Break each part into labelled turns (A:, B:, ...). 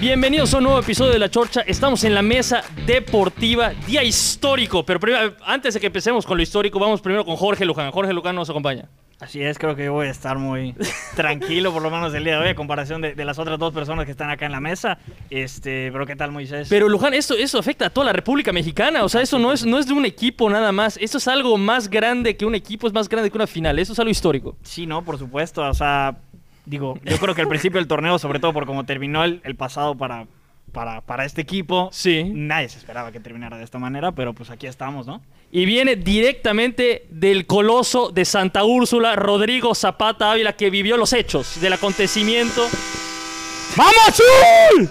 A: Bienvenidos a un nuevo episodio de La Chorcha. Estamos en la mesa deportiva, día histórico. Pero primero, antes de que empecemos con lo histórico, vamos primero con Jorge Luján. Jorge Luján nos acompaña.
B: Así es, creo que yo voy a estar muy tranquilo, por lo menos el día de hoy, a comparación de, de las otras dos personas que están acá en la mesa. Este, pero ¿qué tal, Moisés?
A: Pero Luján, esto, esto afecta a toda la República Mexicana. O sea, eso no es, no es de un equipo nada más. Esto es algo más grande que un equipo, es más grande que una final. Eso es algo histórico.
B: Sí, no, por supuesto. O sea, digo, yo creo que al principio del torneo, sobre todo por cómo terminó el, el pasado para, para, para este equipo,
A: Sí.
B: nadie se esperaba que terminara de esta manera, pero pues aquí estamos, ¿no?
A: Y viene directamente del coloso de Santa Úrsula, Rodrigo Zapata Ávila, que vivió los hechos del acontecimiento.
C: ¡Vamos, Azul!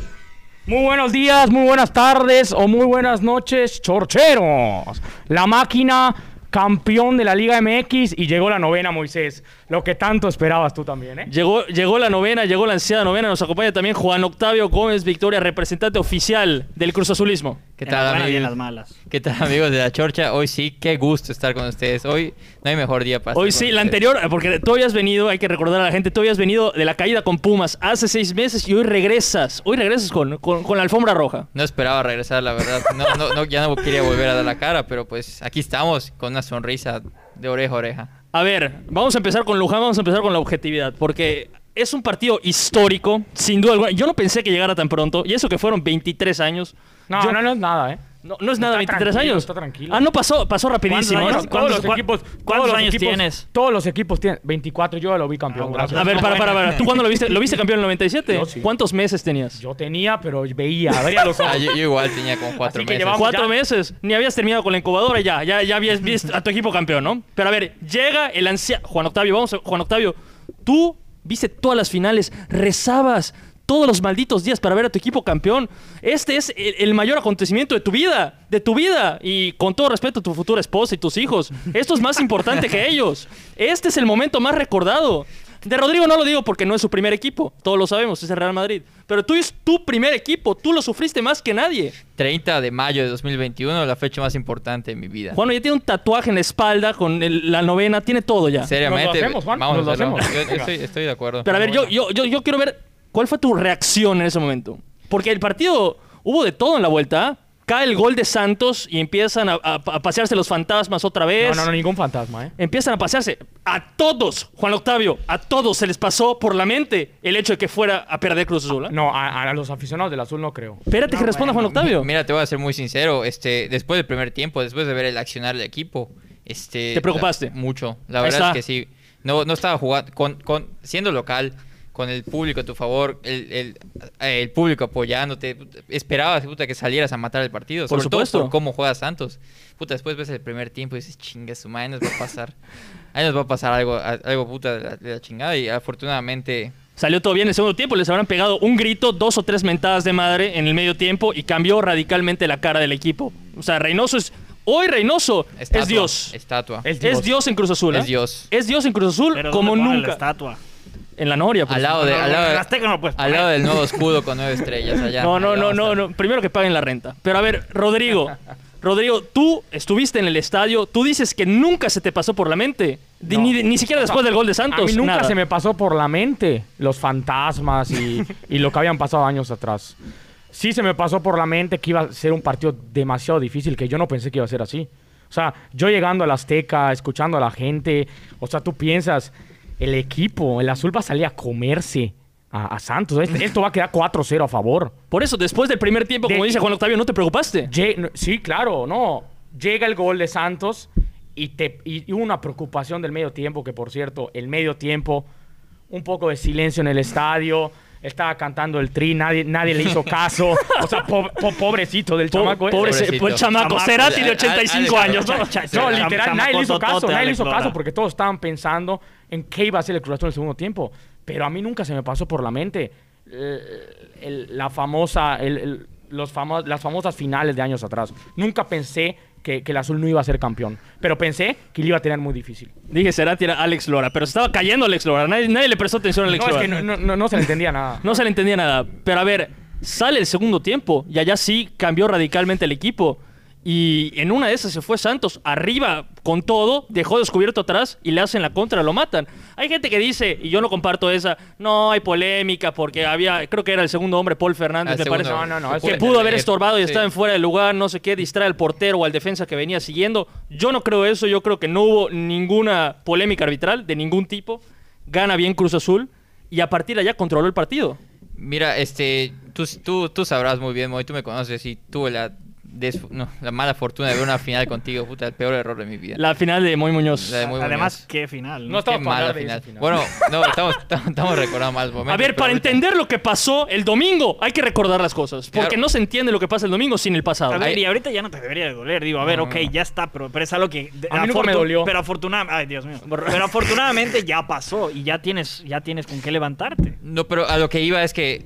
C: Muy buenos días, muy buenas tardes o muy buenas noches, chorcheros. La máquina campeón de la Liga MX y llegó la novena, Moisés. Lo que tanto esperabas tú también, ¿eh?
A: Llegó, llegó la novena, llegó la ansiada novena. Nos acompaña también Juan Octavio Gómez Victoria, representante oficial del Cruz Azulismo.
D: ¿Qué
B: En las
D: tal,
B: buenas y en
D: amigos?
B: las malas.
D: ¿Qué tal, amigos de la Chorcha? Hoy sí, qué gusto estar con ustedes. Hoy no hay mejor día para estar
A: Hoy
D: con
A: sí, la
D: ustedes.
A: anterior, porque tú habías venido, hay que recordar a la gente, tú habías venido de la caída con Pumas hace seis meses y hoy regresas. Hoy regresas con, con- con la alfombra roja.
D: No esperaba regresar, la verdad. No, no, no, ya no quería volver a dar la cara, pero pues aquí estamos con una sonrisa de oreja a oreja.
A: A ver, vamos a empezar con Luján, vamos a empezar con la objetividad, porque es un partido histórico, sin duda alguna. Yo no pensé que llegara tan pronto, y eso que fueron 23 años.
C: No,
A: Yo-
C: no, no es nada, ¿eh?
A: no, no es nada, 23
C: tranquilo,
A: años.
C: está tranquilo.
A: Ah, no, pasó, pasó rapidísimo.
B: ¿Cuántos
A: ¿no?
B: años? ¿Cuántos-
C: los
B: cua-
C: equipos-
B: cuántos
C: los
B: años
C: equipos-
B: tienes?
C: Todos los equipos tienen. 24, yo ya lo vi campeón.
B: Ah,
C: gracias.
A: A ver, para, para, para. ¿Tú cuándo lo viste? ¿Lo viste campeón en el 97?
C: Yo sí.
A: ¿Cuántos meses tenías?
C: Yo tenía, pero veía, abría los ojos.
D: Ah, yo, yo igual tenía como cuatro
C: Así que
D: meses.
C: llevamos-
A: Cuatro
C: ya.
A: meses. Ni habías terminado con la incubadora y ya. Ya, ya habías visto a tu equipo campeón, ¿no? Pero a ver, llega el anciano. Juan Octavio, vamos. a- Juan Octavio, tú viste todas las finales, rezabas todos los malditos días para ver a tu equipo campeón. Este es el, el mayor acontecimiento de tu vida, de tu vida. Y con todo respeto a tu futura esposa y tus hijos, esto es más importante que ellos. Este es el momento más recordado. De Rodrigo no lo digo porque no es su primer equipo, todos lo sabemos, es el Real Madrid. Pero tú es tu primer equipo, tú lo sufriste más que nadie.
D: 30 de mayo de 2021, la fecha más importante de mi vida.
A: Juan ya tiene un tatuaje en la espalda con el- la novena, tiene todo ya.
D: Seriamente,
C: Nos lo hacemos, Juan,
D: vamos a
C: nos lo
D: hacerlo.
C: hacemos.
D: Yo- yo estoy, estoy de acuerdo.
A: Pero a ver, yo,
D: Bueno.
A: yo, yo, yo quiero ver cuál fue tu reacción en ese momento. Porque el partido hubo de todo en la vuelta. Cae el gol de Santos y empiezan a, a- a pasearse los fantasmas otra
C: No,
A: vez.
C: no, no, ningún fantasma, ¿eh?
A: Empiezan a pasearse. A todos, Juan Octavio, a todos se les pasó por la mente el hecho de que fuera a perder Cruz Azul. ¿eh?
C: No, a, a los aficionados del azul no creo.
A: Espérate que responda Juan Octavio.
D: Mira, te voy a ser muy sincero. Este, después del primer tiempo, después de ver el accionar del equipo, este,
A: ¿Te preocupaste?
D: la- mucho. La
A: Ahí
D: verdad
A: está.
D: es que sí. No, no estaba jugando con, con- siendo local, con el público a tu favor, el, el- el público apoyándote. Esperabas puta, que salieras a matar el partido.
A: Por
D: sobre todo
A: supuesto.
D: por cómo juega Santos. Puta, después ves el primer tiempo y dices, chinga su madre, ahí nos va a pasar. Ahí nos va a pasar algo, a- algo puta de la, de la chingada. Y afortunadamente
A: Salió todo bien en el segundo tiempo, les habrán pegado un grito, dos o tres mentadas de madre en el medio tiempo y cambió radicalmente la cara del equipo. O sea, Reynoso es. Hoy Reynoso es
D: estatua,
A: Dios.
D: Estatua.
C: Es-
A: Es Dios. en Cruz Azul. ¿eh?
D: Es Dios.
A: Es Dios en Cruz Azul
B: Pero ¿dónde
A: como
B: ponen La
A: nunca.
B: estatua.
A: En la Noria, pues.
D: Al lado de.
B: No, no,
D: al
B: no,
D: lado de-
B: en Azteca no lo puedes
D: Al lado
B: poner.
D: del nuevo escudo con nueve estrellas allá.
A: No, no,
D: Ahí
A: no,
D: vamos a
A: no,
D: estar.
A: no. Primero que paguen la renta. Pero a ver, Rodrigo. Rodrigo, tú estuviste en el estadio. Tú dices que nunca se te pasó por la mente. Ni,
C: No.
A: ni- ni siquiera después del gol de Santos.
C: A mí nunca
A: nada.
C: se me pasó por la mente los fantasmas y, y lo que habían pasado años atrás. Sí se me pasó por la mente que iba a ser un partido demasiado difícil, que yo no pensé que iba a ser así. O sea, yo llegando a la Azteca, escuchando a la gente, o sea, tú piensas, el equipo, el azul va a salir a comerse a, a Santos. Esto- Esto va a quedar 4-0 a favor.
A: Por eso, después del primer tiempo, como
C: De-
A: dice Juan Octavio, no te preocupaste.
C: Lle- no, sí, claro, no. Llega el gol de Santos y, te, y y una preocupación del medio tiempo, que por cierto, el medio tiempo, un poco de silencio en el estadio, estaba cantando el tri, nadie, nadie le hizo caso. O sea, po- po- pobrecito del
A: Po-
C: chamaco. ese.
A: pobre,
D: Pobrecito.
A: pobre chamaco. ¿eh?
B: Chamaco.
A: Cerati de
D: Al- al-
A: 85
D: al-
A: años. ¿no?
B: Cha- cha-
C: No,
B: Cham-
C: literal, nadie le hizo
B: chamacototote,
C: caso, nadie le
B: Alex
C: hizo caso
B: Lora.
C: porque todos estaban pensando en qué iba a ser el Cruz Azul en el segundo tiempo. Pero a mí nunca se me pasó por la mente eh, el- la famosa, el- el- los famo- las famosas finales de años atrás. Nunca pensé que, que el Azul no iba a ser campeón, pero pensé que lo iba a tener muy difícil.
A: Dije Cerati era Alex Lora, pero se estaba cayendo Alex Lora. Nadie, nadie le prestó atención a Alex
C: No, es
A: Lora.
C: que no, no- no- no se le entendía nada.
A: No se le entendía nada. Pero a ver, sale el segundo tiempo y allá sí cambió radicalmente el equipo. Y en una de esas se fue Santos arriba con todo, dejó descubierto atrás y le hacen la contra, lo matan. Hay gente que dice, y yo no comparto esa, no hay polémica porque había, creo que era el segundo hombre, Paul Fernández,
D: Al
A: me
D: segundo,
A: parece.
C: No, no, no,
D: fue
C: es
A: Que
D: fuerte.
A: pudo haber estorbado y
D: Sí.
A: estaba en fuera de lugar, no sé qué, distrae al portero o al defensa que venía siguiendo. Yo no creo eso, yo creo que no hubo ninguna polémica arbitral de ningún tipo. Gana bien Cruz Azul y a partir de allá controló el partido.
D: Mira, este, tú, tú, tú sabrás muy bien, Moy, tú me conoces y tuve la, des- no, la mala fortuna de ver una final contigo, puta, el peor error de mi vida.
A: La final de Moy Muñoz.
D: La de Moy
B: Además,
D: Muñoz.
B: qué final.
C: No
B: ¿no?
C: está- estamos
D: Qué
C: para
D: mala
C: hablar de
D: final.
C: esa final.
D: Bueno, no, estamos, estamos, estamos recordando mal momentos.
A: A ver,
D: pero
A: para
D: ahorita-
A: entender lo que pasó el domingo, hay que recordar las cosas. Porque
D: Claro.
A: no se entiende lo que pasa el domingo sin el pasado.
B: A ver,
D: Ahí-
B: y ahorita ya no te debería de doler. Digo, a ver,
D: No.
B: ok, ya está, pero, pero es algo que. de-
C: A mí nunca
B: afortun-
C: me dolió.
B: Pero afortunadamente. Ay, Dios mío. Pero afortunadamente ya pasó y ya tienes, ya tienes con qué levantarte.
D: No, pero a lo que iba es que.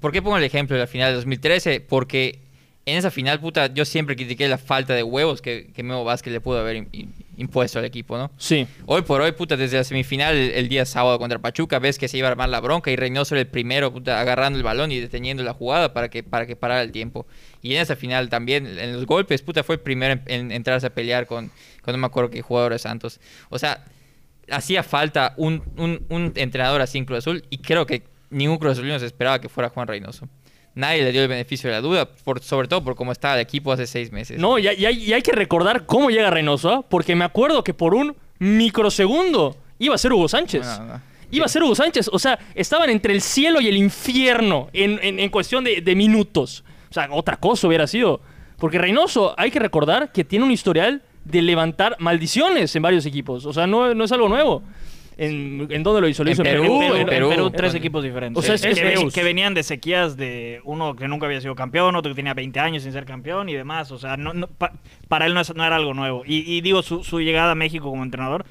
D: ¿Por qué pongo el ejemplo de la final de 2013? Porque en esa final, puta, yo siempre critiqué la falta de huevos que, que Memo Vázquez le pudo haber im- im- impuesto al equipo, ¿no?
A: Sí.
D: Hoy por hoy, puta, desde la semifinal, el, el día sábado contra Pachuca, ves que se iba a armar la bronca y Reynoso era el primero, puta, agarrando el balón y deteniendo la jugada para que, para que parara el tiempo. Y en esa final también, en los golpes, puta, fue el primero en, en entrarse a pelear con, con no me acuerdo qué jugador de Santos. O sea, hacía falta un, un- un entrenador así en Cruz Azul y creo que ningún Cruz Azulino se esperaba que fuera Juan Reynoso. Nadie le dio el beneficio de la duda, por, sobre todo por cómo estaba el equipo hace seis meses.
A: No, y hay, y hay- y hay que recordar cómo llega Reynoso, ¿ah? porque me acuerdo que por un microsegundo iba a ser Hugo Sánchez.
D: Ah, No, no, no.
A: Iba a ser Hugo Sánchez. O sea, estaban entre el cielo y el infierno en, en- en cuestión de, de minutos. O sea, otra cosa hubiera sido. Porque Reynoso, hay que recordar que tiene un historial de levantar maldiciones en varios equipos. O sea, no, no es algo nuevo. ¿En, en dónde lo hizo? Lo
D: En
A: hizo
D: Perú,
A: en Perú.
D: en
B: en
A: en-
D: Perú.
B: tres
D: con-
B: equipos diferentes.
A: O sea, es-
B: que,
A: es
B: ven-
A: Reus.
B: que venían de sequías de uno que nunca había sido campeón, otro que tenía 20 años sin ser campeón y demás. O sea, no, no- pa- para él no, es- no era algo nuevo. Y, y digo, su, su llegada a México como entrenador,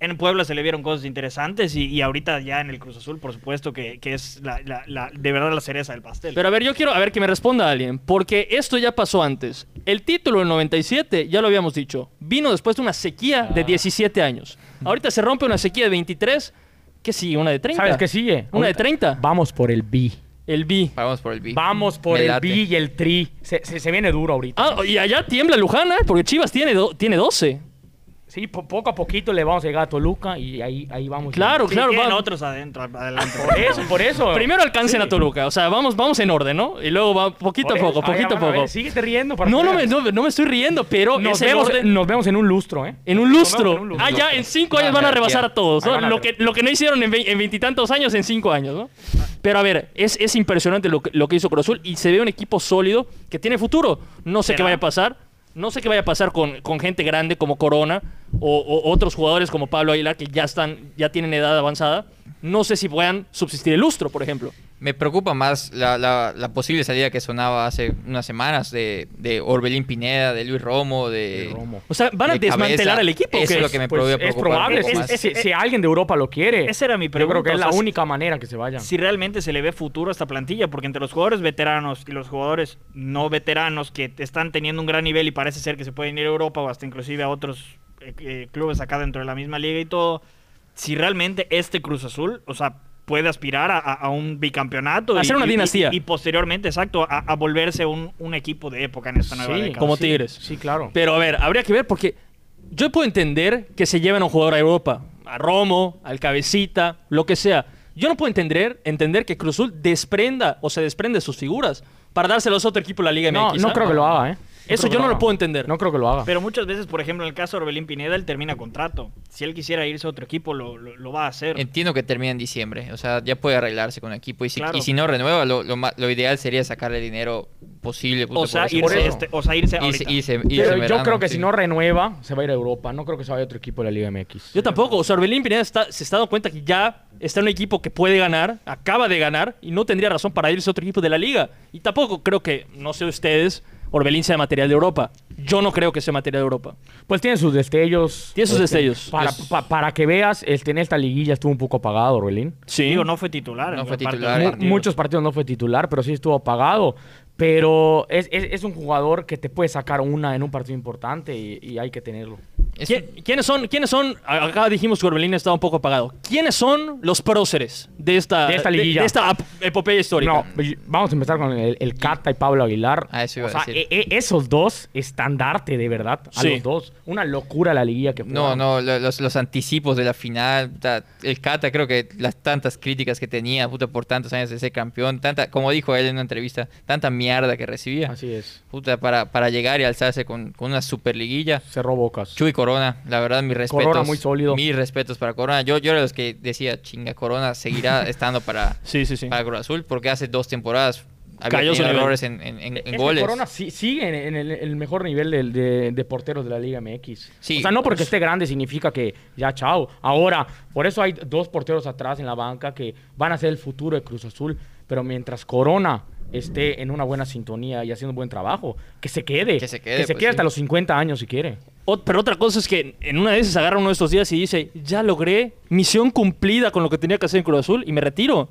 B: en Puebla se le vieron cosas interesantes y, y ahorita ya en el Cruz Azul, por supuesto, que, que es la, la- la- de verdad la cereza del pastel.
A: Pero a ver, yo quiero a ver que me responda alguien, porque esto ya pasó antes. El título del 97, ya lo habíamos dicho, vino después de una sequía
C: Ah.
A: de 17 años. Ahorita se rompe una sequía de 23, ¿qué sigue? ¿Una de 30?
C: ¿Sabes qué sigue?
A: ¿Una de
C: Ahorita-
A: 30?
C: Vamos por el B.
A: El B.
D: Vamos por el B.
C: Vamos por
D: Me
C: el
D: late.
C: B y el tri. Se, se- se viene duro ahorita.
A: Ah, y allá tiembla Luján, ¿eh? porque Chivas tiene, do- tiene 12.
C: Sí, po- poco a poquito le vamos a llegar a Toluca y ahí, ahí vamos.
A: Claro,
B: Sí,
A: claro.
B: tienen
A: va-
B: otros adentro, adelante.
C: Por eso, por eso.
A: Primero alcancen
C: Sí.
A: a Toluca, o sea, vamos, vamos en orden, ¿no? Y luego va poquito
C: Por
A: a poco,
C: eso. Ahí
A: poquito a
C: van ver,
A: poco.
C: Síguete riendo. para
A: No,
C: que
A: no me,
C: veas.
A: no, no me estoy riendo, pero
C: Nos
A: es el
C: vemos,
A: orden-
C: nos vemos en un lustro, ¿eh?
A: En un
C: Nos
A: lustro.
C: vemos en un lustro.
A: Ah, ya, en cinco años
D: Ah,
A: van a
D: ya,
A: rebasar
D: ya.
A: a todos,
C: Ahí
A: ¿no?
C: van a
A: Lo que,
C: rebasar.
A: lo que no hicieron en vei- en veintitantos años, en cinco años, ¿no? Pero a ver, es, es impresionante lo que, lo que hizo Cruz Azul y se ve un equipo sólido que tiene futuro. No sé qué
B: ¿Será?
A: vaya a pasar. No sé qué vaya a pasar con, con gente grande como Corona o, o otros jugadores como Pablo Aguilar que ya están, ya tienen edad avanzada. No sé si puedan subsistir el lustro, por ejemplo.
D: Me preocupa más la, la- la posible salida que sonaba hace unas semanas de, de Orbelín Pineda, de Luis Romo, de...
C: De Romo.
A: O sea, ¿van a
D: de
A: desmantelar
D: Cabeza.
A: al equipo? o
D: Eso
A: qué?
D: es lo que me
C: Pues
D: podría
C: es
D: preocupar un
C: probable.
D: poco
C: si-
D: más.
C: si, si alguien de Europa lo quiere.
B: Esa era mi
C: Yo creo que
B: pregunta,
C: es
B: o
C: la
B: sea,
C: única manera que se vayan.
B: si realmente se le ve futuro a esta plantilla, porque entre los jugadores veteranos y los jugadores no veteranos que están teniendo un gran nivel y parece ser que se pueden ir a Europa o hasta inclusive a otros eh, eh, clubes acá dentro de la misma liga y todo, si realmente este Cruz Azul, o sea, puede aspirar a, a- a un bicampeonato.
A: A
B: y-
A: hacer una
B: y- y-
A: dinastía.
B: Y, posteriormente, exacto, a, a volverse un, un equipo de época en esta nueva
C: Sí,
B: década.
A: como
C: sí,
A: Tigres.
C: Sí, claro.
A: Pero a ver, habría que ver porque yo puedo entender que se lleven a un jugador a Europa, a Romo, al Cabecita, lo que sea. Yo no puedo entender, entender que Cruzul desprenda o se desprende de sus figuras para dárselos a otro equipo de la Liga
C: no,
A: MX.
C: no
A: ¿ah?
C: creo que lo haga, ¿eh? No
A: Eso
C: creo que
A: yo no lo
C: haga.
A: puedo entender.
C: No creo que lo haga.
B: Pero muchas veces, por ejemplo, en el caso de Orbelín Pineda, él termina contrato. Si él quisiera irse a otro equipo, lo, lo- lo va a hacer.
D: Entiendo que termina en diciembre, o sea, ya puede arreglarse con el equipo. Y si,
B: Claro.
D: y si no renueva, lo, lo ma- lo ideal sería sacarle dinero posible. puta,
B: O
D: por
B: sea,
D: ese
B: irse,
D: jugador.
B: este- o sea, irse
D: Irse-
B: ahorita.
D: irse- irse
C: Pero
D: en
C: yo
D: verano,
C: creo que
D: sí.
C: si no renueva, se va a ir a Europa. No creo que se vaya a otro equipo de la Liga MX.
A: Yo tampoco. O sea, Orbelín Pineda está- se está dando cuenta que ya está en un equipo que puede ganar, acaba de ganar y no tendría razón para irse a otro equipo de la liga. Y tampoco creo que, no sé ustedes, Orbelín sea material de Europa. Yo no creo que sea material de Europa.
C: Pues tiene sus destellos.
A: Tiene sus
C: Este,
A: destellos.
C: Para,
A: Es-
C: pa- para que veas, este, en esta liguilla estuvo un poco apagado, Orbelín.
A: Sí.
B: Digo, no fue titular.
D: No
B: en
D: fue
B: gran parte
D: titular.
B: del
D: Mu-
C: Mu-
B: partido.
C: Muchos partidos no fue titular, pero sí estuvo apagado. Pero es, es- es un jugador que te puede sacar una en un partido importante y, y hay que tenerlo.
D: Es-
A: ¿Qui- ¿Quiénes son? ¿Quiénes son? Acá dijimos que Orbelín estaba un poco apagado. ¿Quiénes son los próceres de esta,
C: De esta liguilla.
A: de esta ap- epopeya histórica?
C: No, y- vamos a empezar con el, el Cata y Pablo Aguilar.
D: Ah, eso iba
C: o
D: a
C: sea,
D: decir.
C: e- e- esos dos, estandarte de verdad, a
A: Sí.
C: los dos. Una locura la liguilla que
D: No,
C: jugaron.
D: no, lo- los, los anticipos de la final. puta, El Cata, creo que las tantas críticas que tenía, puta, por tantos años de ser campeón, tanta, como dijo él en una entrevista, tanta mierda que recibía.
C: Así es.
D: Puta, para, para llegar y alzarse con, con una superliguilla.
C: Cerró bocas.
D: Chuy Corona, la verdad, mis respetos.
C: Corona muy sólido.
D: Mis respetos para Corona. Yo, yo era de los que decía, chinga, Corona seguirá estando para,
A: Sí, sí, sí.
D: para Cruz Azul, porque hace dos temporadas había
A: Cayó su
D: tenido
A: nivel.
D: errores en, en- en- en
C: Es que
D: goles.
C: Corona sí- sigue en, en el, el mejor nivel del- de, de porteros de la Liga MX.
D: Sí. Pues
C: O sea, no porque esté grande significa que ya chao. Ahora, por eso hay dos porteros atrás en la banca que van a ser el futuro de Cruz Azul. Pero mientras Corona esté en una buena sintonía y haciendo un buen trabajo, que se quede.
D: Que se quede,
C: Que se
D: pues,
C: quede hasta
D: sí.
C: los 50 años si quiere.
A: Ot- pero otra cosa es que en una de esas agarra uno de estos días y dice, ya logré misión cumplida con lo que tenía que hacer en Cruz Azul y me retiro.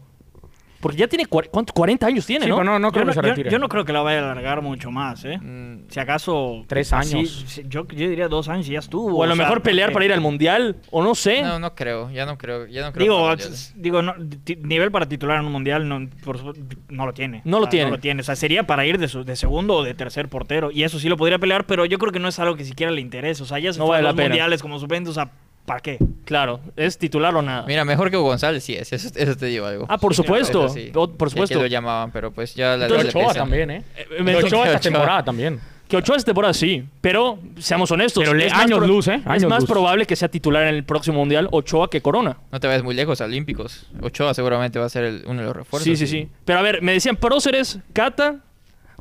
A: Porque ya tiene cuar- ¿cuánto? 40 años, tiene,
C: Sí,
A: ¿no?
C: pero no, no creo
B: yo,
C: que
B: no,
C: se
B: yo-
C: retire.
B: yo no creo que la vaya a alargar mucho más, ¿eh?
D: Mm,
B: Si acaso...
C: Tres
B: así,
C: años.
B: si- yo, yo diría dos años y ya estuvo.
A: O a lo
B: sea,
A: mejor pelear
B: porque-
A: para ir al mundial, o no sé.
D: No, no creo, ya no creo, ya no creo.
B: Digo,
D: para
B: s-
D: Mundial.
B: s- digo no, ti- nivel para titular en un mundial no, por supuesto, no lo tiene.
A: No lo
B: O sea,
A: tiene.
B: No lo tiene. O sea, sería para ir de, su- de segundo o de tercer portero. Y eso sí lo podría pelear, pero yo creo que no es algo que siquiera le interese. O sea, ya se
A: No
B: fue a
A: vale la
B: dos
A: pena.
B: mundiales como suplente. O sea, ¿para qué?
A: Claro, es titular o nada.
D: Mira, mejor que Hugo González sí es, eso, eso te digo algo.
A: ah, por
B: sí, claro,
A: supuesto.
D: Eso sí.
A: O- por
D: Ya
A: supuesto.
D: que lo llamaban, pero pues ya la
A: Entonces,
D: la
C: Ochoa
D: pesa.
C: también, ¿eh?
A: Eh, me-
C: Lo Ochoa esta
D: Ochoa.
C: temporada también.
A: Que Ochoa este temporada sí, pero seamos honestos.
C: Pero le-
A: es más
C: años luz, ¿eh?
A: es
C: Años
A: más
C: luz.
A: probable que sea titular en el próximo mundial Ochoa que Corona.
D: No te vayas muy lejos a Olímpicos. Ochoa seguramente va a ser el- uno de los refuerzos.
A: sí, sí, sí. Pero a ver, me decían próceres, Cata,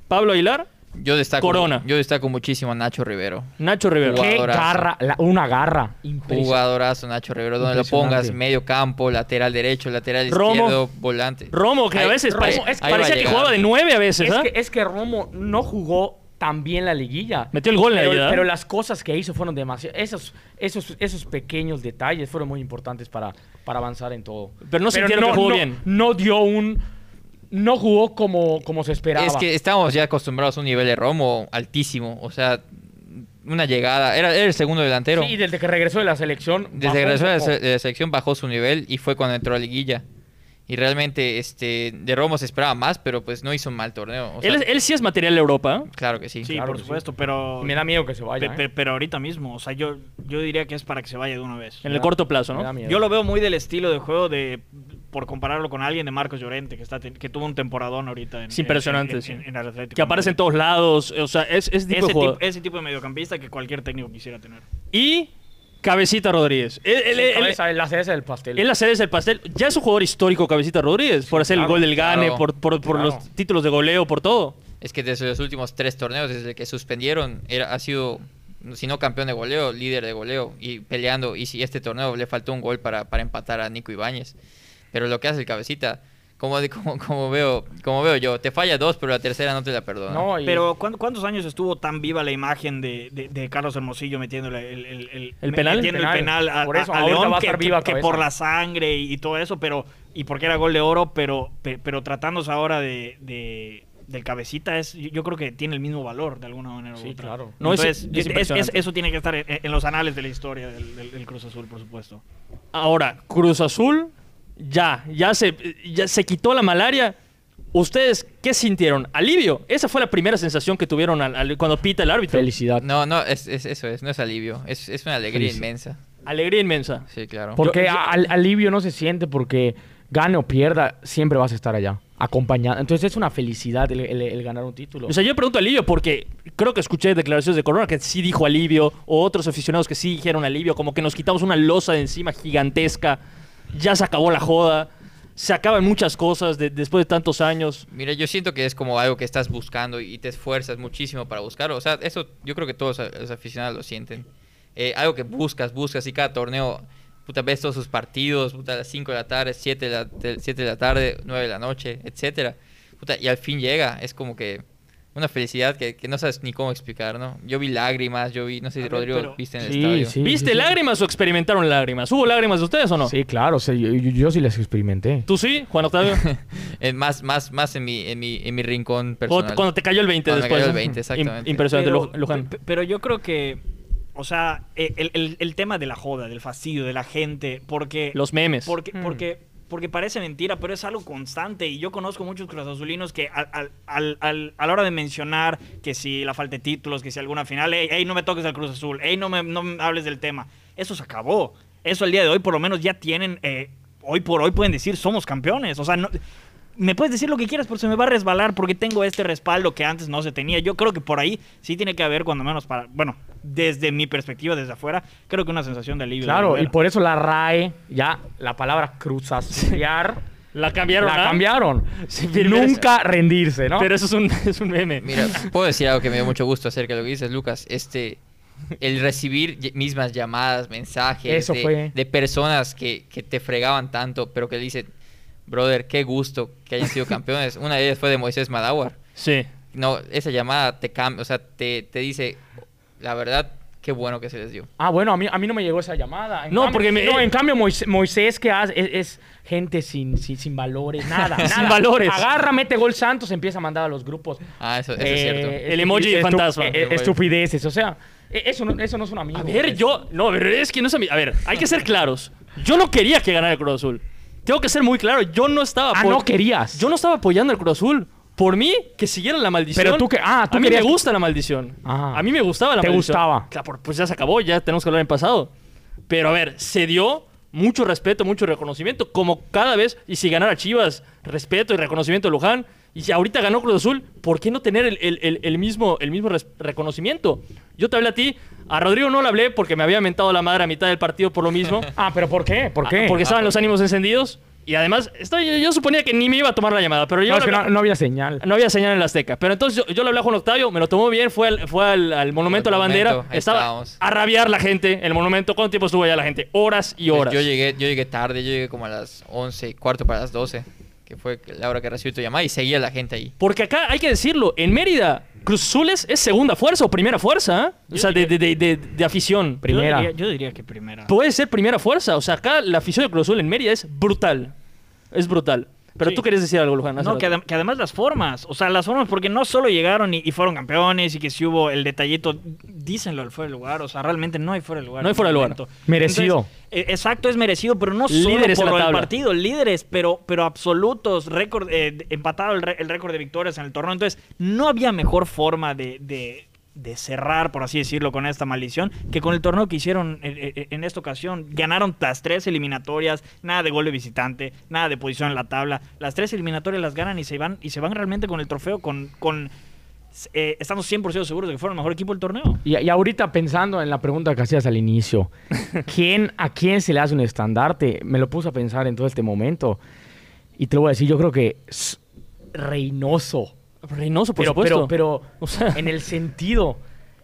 A: Pablo Aguilar,
D: Yo destaco,
A: Corona.
D: Yo destaco muchísimo a Nacho Rivero.
A: Nacho Rivera.
D: Guau.
C: Qué
D: Jugadorazo.
C: garra, la- una garra. Impresionante.
D: Jugadorazo Nacho Rivero. Donde lo pongas,
C: Impresionante.
D: medio campo, lateral derecho, lateral
A: Romo.
D: izquierdo, volante.
A: Romo, que a
D: Ahí-
A: veces
D: ahí-
A: parece-
D: ahí va a
A: parecía que
D: llegar.
A: jugaba de nueve a veces,
C: Es
A: ¿ah?
C: que, es que Romo no jugó tan bien la liguilla.
A: Metió el gol en la
C: pero,
A: liguilla, ¿eh?
C: Pero las cosas que hizo fueron demasiado. Esos, esos, esos pequeños detalles fueron muy importantes para, para avanzar en todo.
A: Pero no sintieron que jugó
C: no-
A: bien.
C: No dio un. No jugó como, como se esperaba.
D: Es que estábamos ya acostumbrados a un nivel de Romo altísimo. O sea, una llegada. Era, era el segundo delantero.
C: Sí, y desde que regresó de la selección.
D: Desde
C: bajó
D: que
C: un
D: regresó de la
C: poco.
D: se- de la selección bajó su nivel y fue cuando entró a Liguilla. Y realmente este de Romo se esperaba más, pero pues no hizo un mal torneo. O sea,
A: él, es- él sí es material de Europa. ¿eh?
D: Claro que sí.
B: Sí,
C: claro
B: por
C: que sí.
B: supuesto, pero...
C: Y Me da miedo que se vaya.
B: pe-
C: ¿eh?
B: pe- pero ahorita mismo. O sea, yo, yo diría que es para que se vaya de una vez.
A: En
C: Me
A: el
C: da-
A: corto plazo,
C: me da
A: ¿no?
C: miedo.
B: Yo lo veo muy del estilo de juego de, por compararlo con alguien de Marcos Llorente, que, está, ten- que tuvo un temporadón ahorita. En,
A: Es impresionante,
B: en- en-
A: sí.
B: en- en el Atlético
A: Que aparece en todos lados. O sea, es, es tipo
B: ese,
A: de
B: tipo,
A: jugador.
B: ese tipo de mediocampista que cualquier técnico quisiera tener.
A: Y Cabecita Rodríguez. Él, él- él-
C: Cabeza, la cereza del pastel.
A: él la cereza del pastel. Ya es un jugador histórico, Cabecita Rodríguez. Por hacer el
C: claro,
A: gol del Gane,
D: claro.
A: por, por- por
C: Claro.
A: los títulos de goleo, por todo.
D: Es que desde los últimos tres torneos, desde que suspendieron, era, ha sido, si no campeón de goleo, líder de goleo y peleando. Y si este torneo le faltó un gol para, para empatar a Nico Ibáñez. Pero lo que hace el cabecita, como, de- como, como veo, como veo yo, te falla dos, pero la tercera no te la perdona.
C: No, y-
B: Pero ¿cuán- ¿cuántos años estuvo tan viva la imagen de, de- de Carlos Hermosillo metiéndole el, el,
A: ¿El penal?
B: metiendo el
C: Penal.
B: penal a,
C: Por eso,
B: a- a
C: ahorita
B: León,
C: va a
B: que,
C: estar
B: que-
C: viva
B: que
C: cabeza.
B: por la sangre y, y todo eso, pero y porque era gol de oro, pero pe- pero tratándose ahora de, de- del cabecita es yo yo creo que tiene el mismo valor de alguna manera. u
C: Sí,
B: otra.
C: claro.
A: No, es-
B: Entonces,
A: es
B: es-
A: impresionante.
B: es- eso tiene que estar en, en los anales de la historia del, del- del Cruz Azul, por supuesto.
A: Ahora, Cruz Azul, ya, ya se, ya se quitó la malaria. ¿Ustedes qué sintieron? ¿Alivio? Esa fue la primera sensación que tuvieron al- al- cuando pita el árbitro.
C: Felicidad.
D: No, no, es, es- eso es, no es alivio, es, es una alegría
C: Feliz.
D: inmensa.
A: Alegría inmensa.
D: Sí, claro.
C: Porque
A: Yo- yo-
C: al- alivio no se siente porque gane o pierda, siempre vas a estar allá, acompañado. Entonces es una felicidad el, el- el ganar un título.
A: O sea, yo pregunto alivio porque creo que escuché declaraciones de Corona que sí dijo alivio, o otros aficionados que sí dijeron alivio, como que nos quitamos una losa de encima gigantesca, ya se acabó la joda, se acaban muchas cosas de- después de tantos años.
D: Mira, yo siento que es como algo que estás buscando y te esfuerzas muchísimo para buscarlo. O sea, eso yo creo que todos a- los aficionados lo sienten. Eh, algo que buscas, buscas y cada torneo, puta, ves todos sus partidos, puta, a las 5 de la tarde, 7 de la, te- siete de la tarde, 9 de la noche, etcétera. Puta, y al fin llega, es como que una felicidad que, que no sabes ni cómo explicar, ¿no? Yo vi lágrimas, yo vi, no sé
B: A
D: si
B: ver,
D: Rodrigo
B: pero-
D: viste en el
C: Sí,
D: estadio.
C: sí.
A: ¿Viste lágrimas o experimentaron lágrimas? ¿Hubo lágrimas de ustedes o no?
C: Sí, claro, o sea, yo, yo- yo sí les experimenté.
A: ¿Tú sí, Juan Octavio?
D: Eh, más más, más en, mi, en, mi, en mi rincón
A: O
D: personal.
A: cuando te cayó el 20
D: Cuando me
A: después.
D: cayó el
A: ¿no?
D: 20,
A: Im-
D: exactamente.
A: Impresionante,
B: pero,
A: Lu- Luján.
B: pe- pero yo creo que o sea, e-, el, el- el tema de la joda, del fastidio, de la gente, porque...
A: Los memes.
B: Porque, porque, porque parece mentira, pero es algo constante. Y yo conozco muchos cruzazulinos que al- al- al- al- a la hora de mencionar que si la falta de títulos, que si alguna final, hey, no me toques al Cruz Azul, hey, no me, no me hables del tema. Eso se acabó. Eso al día de hoy, por lo menos, ya tienen. eh, hoy por hoy pueden decir, somos campeones. O sea, no. Me puedes decir lo que quieras, pero se me va a resbalar porque tengo este respaldo que antes no se tenía. Yo creo que por ahí sí tiene que haber, cuando menos para. Bueno, desde mi perspectiva, desde afuera, creo que una sensación de alivio. de
C: Claro, y
B: volver.
C: por eso la RAE, ya la palabra cruzasear,
A: La cambiaron.
C: la
A: ¿ah?
C: cambiaron.
A: Sí, pero-
C: Nunca rendirse, ¿no?
A: Pero eso es un, es un meme.
D: Mira, puedo decir algo que me dio mucho gusto acerca de lo que dices, Lucas. Este, el recibir ll- mismas llamadas, mensajes
C: Eso
D: de,
C: fue.
D: de personas que, que te fregaban tanto, pero que dicen, brother, qué gusto que hayan sido campeones. Una de ellas fue de Moisés Madawar.
A: Sí.
D: No, esa llamada te cambia, o sea, te, te dice, la verdad, qué bueno que se les dio.
C: Ah, bueno, a mí, a mí no me llegó esa llamada. En
A: No,
C: cambio-
A: porque me-
C: no, en cambio, Moisés, Moisés que hace es, es gente sin, sin, sin valores, nada.
A: Sin
C: nada.
A: valores.
C: Agarra, mete gol Santos, empieza a mandar a los grupos.
D: Ah, eso, eso
C: eh,
D: es cierto.
A: El emoji de
C: estu-
A: fantasma.
C: eh, eh, estupideces, o sea, eh, eso no, eso no es un amigo.
A: A ver, yo. No, pero es que no es a mí. A ver, hay que ser claros. Yo no quería que ganara el Cruz Azul. Tengo que ser muy claro. Yo no estaba.
C: Ah,
A: apo-
C: no querías.
A: Yo no estaba apoyando al Cruz Azul. Por mí, que siguiera la maldición.
C: Pero tú que- ah, tú
A: a mí
C: querías-
A: me gusta la maldición.
C: Ah.
A: A mí me gustaba la
C: Te
A: maldición.
C: gustaba.
A: Claro, por- pues ya se acabó, ya tenemos que hablar en pasado. Pero a ver, se dio mucho respeto, mucho reconocimiento. Como cada vez, y si ganara Chivas, respeto y reconocimiento de Luján. Y si ahorita ganó Cruz Azul, ¿por qué no tener el, el- el- el mismo, el mismo res- reconocimiento? Yo te hablé a ti, a Rodrigo no le hablé porque me había mentado la madre a mitad del partido por lo mismo.
C: Ah, pero ¿por qué? ¿Por qué?
A: Ah, Porque
C: no,
A: estaban los ánimos encendidos. Y además, estoy, yo, yo suponía que ni me iba a tomar la llamada, pero yo
C: es
A: le
C: que
A: hablé-
C: no, no había señal.
A: no había señal en la Azteca. Pero entonces yo, yo le hablé a Juan Octavio, me lo tomó bien, fue al, fue al, al Monumento a la
D: Al
A: Bandera.
D: monumento, ahí
A: Estaba
D: estábamos.
A: a rabiar la gente, el monumento. ¿Cuánto tiempo estuvo allá la gente? Horas y
D: Pues
A: horas.
D: yo llegué, yo llegué tarde, yo llegué como a las 11, cuarto para las 12, que fue la hora que recibí tu llamada y seguía la gente ahí.
A: Porque acá hay que decirlo, en Mérida, Cruz Azul es, es segunda fuerza o primera fuerza, ¿eh? O sea, de, de- de- de- de afición.
B: Yo
C: Primera.
B: diría- yo diría que primera.
A: Puede ser primera fuerza. O sea, acá la afición de Cruz Azul en Mérida es brutal. Es brutal. Pero
B: Sí.
A: tú querías decir algo, Luján. hace
B: No, que,
A: rato.
B: adem- que además las formas, o sea, las formas, porque no solo llegaron y, y fueron campeones y que si hubo el detallito, dícenlo al fuera de lugar, o sea, realmente no hay fuera de lugar.
A: No hay fuera de lugar.
C: Merecido.
B: eh, exacto, es merecido, pero no solo
A: Líderes en
B: por
A: la
B: lo del
A: tabla.
B: partido, líderes, pero, pero absolutos, récord, eh, de- empatado el, re- el récord de victorias en el torneo, entonces no había mejor forma de... de- de cerrar, por así decirlo, con esta maldición, que con el torneo que hicieron eh, eh, en esta ocasión, ganaron las tres eliminatorias, nada de gol de visitante, nada de posición en la tabla, las tres eliminatorias las ganan y se van, y se van realmente con el trofeo, con, con eh, estamos 100% seguros de que fueron el mejor equipo del torneo.
C: Y, y ahorita pensando en la pregunta que hacías al inicio, ¿quién, ¿a quién se le hace un estandarte? Me lo puse a pensar en todo este momento. Y te lo voy a decir, yo creo que es Reynoso.
A: Reynoso, por
C: Pero,
A: supuesto.
C: pero, pero
A: O sea-
C: en el sentido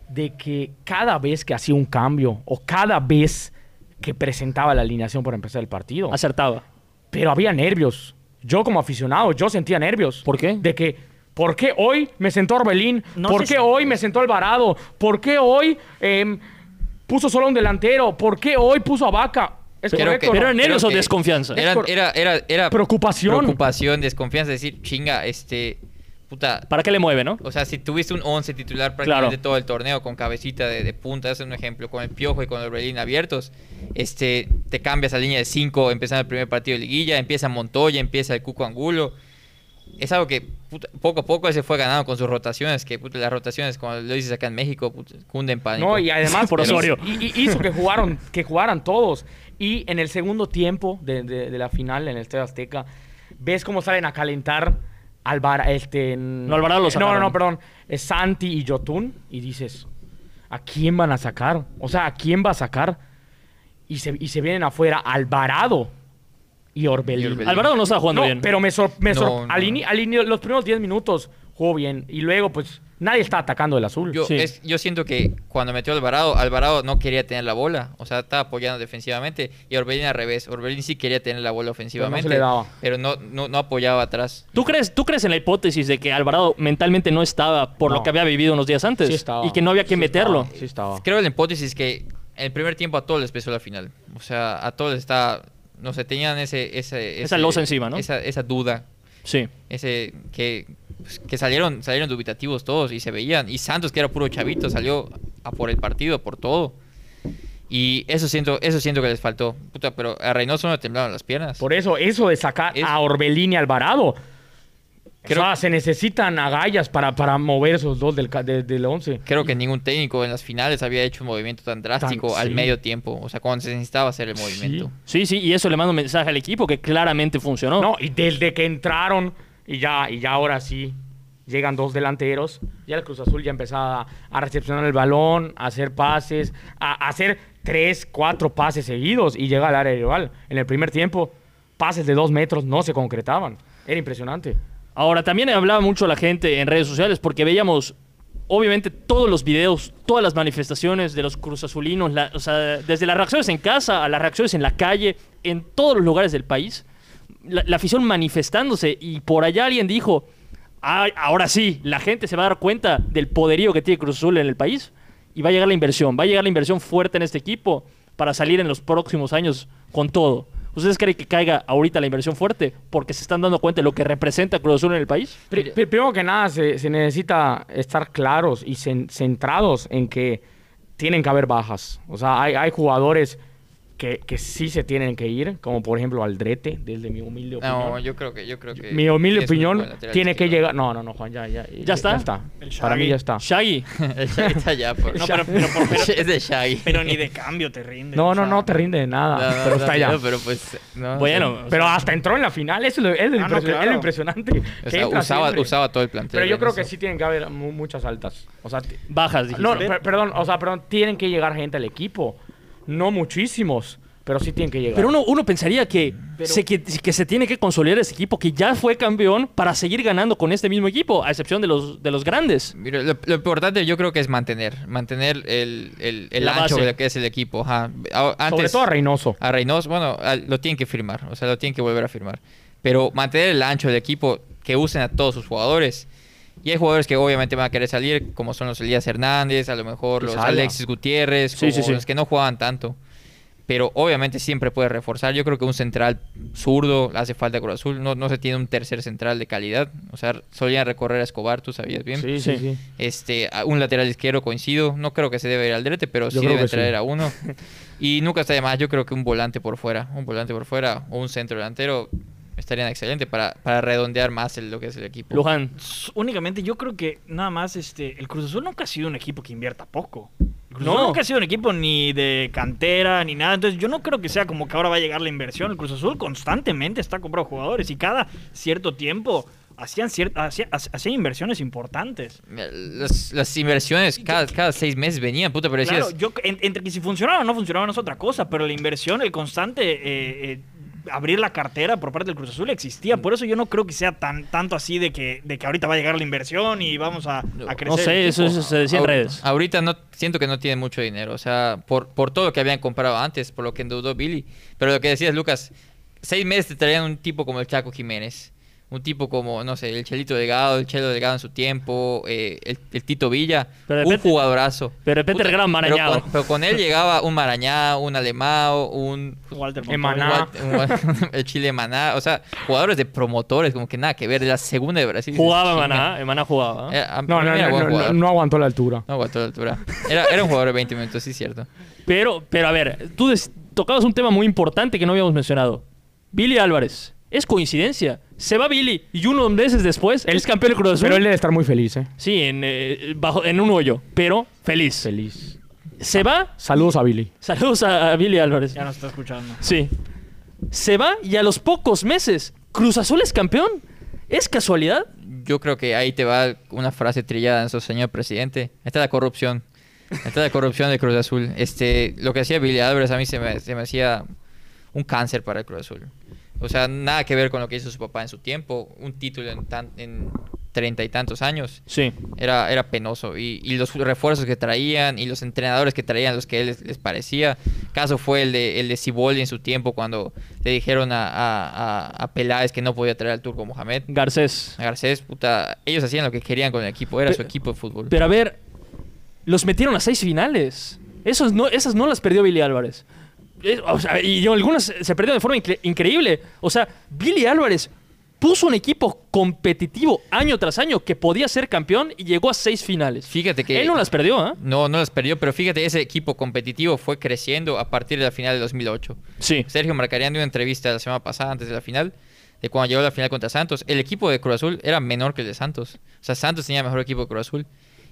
C: de que cada vez que hacía un cambio o cada vez que presentaba la alineación para empezar el partido,
A: Acertaba.
C: pero había nervios. Yo como aficionado, yo sentía nervios.
A: ¿Por qué?
C: De que, ¿por qué hoy me sentó Orbelín?
B: No
C: ¿Por
B: sé
C: qué
B: si-
C: hoy me sentó Alvarado? ¿Por qué hoy em, puso solo a un delantero? ¿por qué hoy puso a Vaca? Es
D: Creo
C: correcto.
D: que-
A: Pero
C: ¿no?
A: en nervios
D: creo
A: o
D: que
A: desconfianza.
D: Era,
C: cor-
D: era, era, era
C: Preocupación.
D: preocupación, desconfianza, decir, chinga, este, puta.
A: ¿Para qué le mueve, no?
D: O sea, si tuviste un 11 titular prácticamente
A: Claro.
D: todo el torneo con cabecita de, de punta, ese es un ejemplo, con el Piojo y con el Orbelín abiertos, este, te cambias a línea de 5 empezando el primer partido de liguilla, empieza Montoya, empieza el Cuco Angulo. Es algo que puta, poco a poco él se fue ganando con sus rotaciones, que puta, las rotaciones, como lo dices acá en México, puta, cunden pánico.
C: No, y además
A: Por
C: hizo-
A: Osorio.
C: y- y hizo que jugaron, que jugaran todos. Y en el segundo tiempo de, de- de la final en el Estadio Azteca, ves cómo salen a calentar Alvar, este,
A: No, Alvarado lo
C: No, no,
A: sacaron.
C: no, perdón. Es Santi y Yotun. Y dices, ¿a quién van a sacar? O sea, ¿a quién va a sacar? Y se, y se vienen afuera Alvarado y Orbelín.
D: Y Orbelín.
A: Alvarado no estaba jugando
C: No,
A: bien.
C: pero me sor- me sor-
D: No, no.
C: al ini- al ini- los primeros 10 minutos jugó bien. Y luego, pues, nadie está atacando el azul.
D: Yo,
A: Sí.
D: es- yo siento que cuando metió a Alvarado, Alvarado no quería tener la bola, o sea, estaba apoyando defensivamente, y Orbelín al revés, Orbelín sí quería tener la bola ofensivamente,
C: le daba.
D: pero no, no, no apoyaba atrás.
A: ¿Tú crees, ¿Tú crees en la hipótesis de que Alvarado mentalmente no estaba por
C: No.
A: lo que había vivido unos días antes?
C: Sí estaba.
A: Y que no había que
C: Sí
A: meterlo.
C: estaba, sí estaba.
D: Creo en la hipótesis que en el primer tiempo a todos les pesó la final, o sea, a todos está, no sé, tenían ese, ese,
A: Esa
D: ese-
A: losa encima, ¿no?
D: Esa, esa duda,
A: Sí.
D: ese que, pues, que salieron, salieron dubitativos todos y se veían, y Santos que era puro chavito salió a por el partido, por todo. Y eso siento, eso siento que les faltó. Puta, pero a Reynoso no le temblaron las piernas.
C: Por eso, eso de sacar
D: Es-
C: a Orbelín y Alvarado.
D: Creo-
C: o sea, se necesitan agallas para, para mover esos dos del, ca- de- del once.
D: Creo que ningún técnico en las finales había hecho un movimiento tan drástico al
C: sí.
D: medio tiempo. O sea, cuando se necesitaba hacer el movimiento.
A: Sí, sí, y eso le mando un mensaje al equipo que claramente funcionó.
C: No, y desde que entraron, y ya, y ya ahora sí, llegan dos delanteros, ya el Cruz Azul ya empezaba a recepcionar el balón, a hacer pases, a, a hacer tres, cuatro pases seguidos y llega al área rival. En el primer tiempo, pases de dos metros no se concretaban. Era impresionante.
A: Ahora, también hablaba mucho la gente en redes sociales porque veíamos, obviamente, todos los videos, todas las manifestaciones de los cruzazulinos, la- o sea, desde las reacciones en casa a las reacciones en la calle, en todos los lugares del país, la, la afición manifestándose y por allá alguien dijo, "Ay, ahora sí, la gente se va a dar cuenta del poderío que tiene Cruz Azul en el país y va a llegar la inversión, va a llegar la inversión fuerte en este equipo para salir en los próximos años con todo. ¿Ustedes creen que caiga ahorita la inversión fuerte porque se están dando cuenta de lo que representa Cruz Azul en el país?
C: Pri- pri- primero que nada, se, se necesita estar claros y cen- centrados en que tienen que haber bajas. O sea, hay, hay jugadores que, que sí se tienen que ir, como por ejemplo Aldrete, desde mi humilde opinión.
D: No, yo creo que, yo creo que.
C: mi humilde
D: es un
C: opinión
D: buen lateral
C: tiene que
D: izquierdo.
C: llegar. No, no, no, Juan, ya, ya.
A: ¿Ya está?
B: El
C: Para mí
B: Shaggy.
C: ya está.
A: Shaggy,
D: El Shaggy está allá, por-
B: No, pero, pero, pero- pero-
D: es de Shaggy.
B: pero ni de cambio te rinde.
C: No,
B: o
C: no,
B: sea,
C: no te rinde de nada.
D: No, no,
C: pero
D: no,
C: está allá.
D: no, Pero pues. no,
A: bueno,
D: o sea,
A: o
C: Pero ah,
A: sea,
C: hasta entró en la final. Eso es lo, es lo
B: Ah, no,
C: impresio- es lo
B: claro.
C: impresionante.
D: o
C: que
D: sea,
C: entra
D: usaba,
C: siempre.
D: usaba todo el plantel.
C: Pero yo
D: en
C: creo
D: eso.
C: que sí tienen que haber mu- muchas altas. O sea, ti-
A: bajas, dijiste.
C: No, per- perdón, o sea, perdón, tienen que llegar gente al equipo. No muchísimos, pero sí tienen que llegar.
A: Pero uno, uno pensaría que, se, que, que se tiene que consolidar ese equipo que ya fue campeón para seguir ganando con este mismo equipo, a excepción de los, de los grandes.
D: Mira, lo, lo importante yo creo que es mantener, mantener el, el, el
A: La
D: ancho
A: base.
D: de que es el equipo. ajá. A- Antes, Ah,
C: Sobre todo a Reynoso.
D: a Reynoso, bueno, a- lo tienen que firmar, o sea, lo tienen que volver a firmar. Pero mantener el ancho del equipo, que usen a todos sus jugadores. Y hay jugadores que obviamente van a querer salir, como son los Elías Hernández, a lo mejor los
C: Quizá,
D: Alexis Gutiérrez,
A: Sí, sí,
D: como
A: sí.
D: los que no jugaban tanto. Pero obviamente siempre puede reforzar. Yo creo que un central zurdo le hace falta a Cruz Azul. No, no se tiene un tercer central de calidad. O sea, solían recorrer a Escobar, tú sabías bien.
C: Sí, sí, sí.
D: Este, a- un lateral izquierdo coincido. No creo que se debe ir al drete, pero
C: Yo
D: sí
C: creo
D: debe
C: que sí.
D: traer a uno. Y nunca está de más, yo creo que un volante por fuera, un volante por fuera o un centro delantero estarían excelente para, para redondear más el- lo que es el equipo.
A: Luján,
B: s- Únicamente yo creo que nada más este el Cruz Azul nunca ha sido un equipo que invierta poco. El Cruz Azul
A: No.
B: nunca ha sido un equipo ni de cantera ni nada. Entonces yo no creo que sea como que ahora va a llegar la inversión. El Cruz Azul constantemente está comprando jugadores y cada cierto tiempo hacían, cier- hacía- ha- hacían inversiones importantes.
D: Las, las inversiones cada, cada seis meses venían, puta, pero decías,
B: Claro, yo, en- entre que si funcionaba o no funcionaba no es otra cosa, pero la inversión, el constante eh, eh, abrir la cartera por parte del Cruz Azul existía. Por eso yo no creo que sea tan tanto así de que, de que ahorita va a llegar la inversión y vamos a, a crecer.
A: no
B: el
A: sé, eso,
B: equipo.
A: eso se decía en
D: ahor-
A: redes.
D: ahorita no siento que no tienen mucho dinero, o sea, por, por todo lo que habían comprado antes, por lo que endeudó Billy. Pero lo que decías, Lucas, seis meses te traían un tipo como el Chaco Jiménez. Un tipo como, no sé, el Chelito Delgado, el Chelo Delgado en su tiempo, eh, el, el Tito Villa,
A: Pero de
D: un
A: repente-
D: jugadorazo.
A: pero de repente
D: Puta,
A: regalan
D: pero
A: Marañao.
D: con- Pero con, él llegaba un Marañao, un Alemao, un,
B: Walter
C: En
B: Montoya.
C: Maná.
D: Guat- un Guat- el Chile Maná, o sea, jugadores de promotores, como que nada que ver, de la segunda de Brasil. dices,
A: Jugaba
D: "Chinga".
A: Maná, eh, Maná jugaba.
D: Era- Ah, a-
C: No,
D: para
C: no,
D: mí era
C: no,
D: buen
C: no,
D: jugador.
C: no aguantó la altura.
D: No aguantó la altura. Era, era un jugador de 20 minutos, sí, cierto.
A: Pero, pero a ver, tú des- tocabas un tema muy importante que no habíamos mencionado. Billy Álvarez. Es coincidencia. Se va Billy y unos meses después él es campeón del Cruz Azul.
C: Pero él debe estar muy feliz, ¿eh?
A: Sí, en, eh, bajo, en un hoyo, pero feliz.
C: Feliz.
A: Se va.
C: Saludos a Billy.
A: Saludos a, a Billy Álvarez.
B: Ya nos está escuchando.
A: Sí. Se va y a los pocos meses Cruz Azul es campeón. ¿Es casualidad?
D: Yo creo que ahí te va una frase trillada en su señor presidente. Esta es la corrupción. Esta es la corrupción del Cruz Azul. Este, lo que hacía Billy Álvarez a mí se me, se me hacía un cáncer para el Cruz Azul. O sea, nada que ver con lo que hizo su papá en su tiempo. Un título en tan- en treinta y tantos años.
A: Sí.
D: era, era penoso. Y, y los refuerzos que traían y los entrenadores que traían, los que él les, les parecía. Caso fue el de, el de Siboldi en su tiempo, cuando le dijeron a, a, a- a Peláez que no podía traer al turco Mohamed.
A: Garcés.
D: A Garcés, puta, ellos hacían lo que querían con el equipo, era
A: Pe-
D: su equipo de fútbol.
A: Pero a ver, los metieron a seis finales. Esos no, esas no las perdió Billy Álvarez. Eh, o sea, y algunas se perdieron de forma incre- increíble. O sea, Billy Álvarez puso un equipo competitivo año tras año que podía ser campeón y llegó a seis finales.
D: Fíjate que-
A: Él no las perdió, ¿eh?
D: No, no las perdió, pero fíjate, ese equipo competitivo fue creciendo a partir de la final de 2008.
A: Sí.
D: Sergio Marcarian dio una entrevista la semana pasada antes de la final, de cuando llegó a la final contra Santos. El equipo de Cruz Azul era menor que el de Santos. O sea, Santos tenía mejor equipo que Cruz Azul.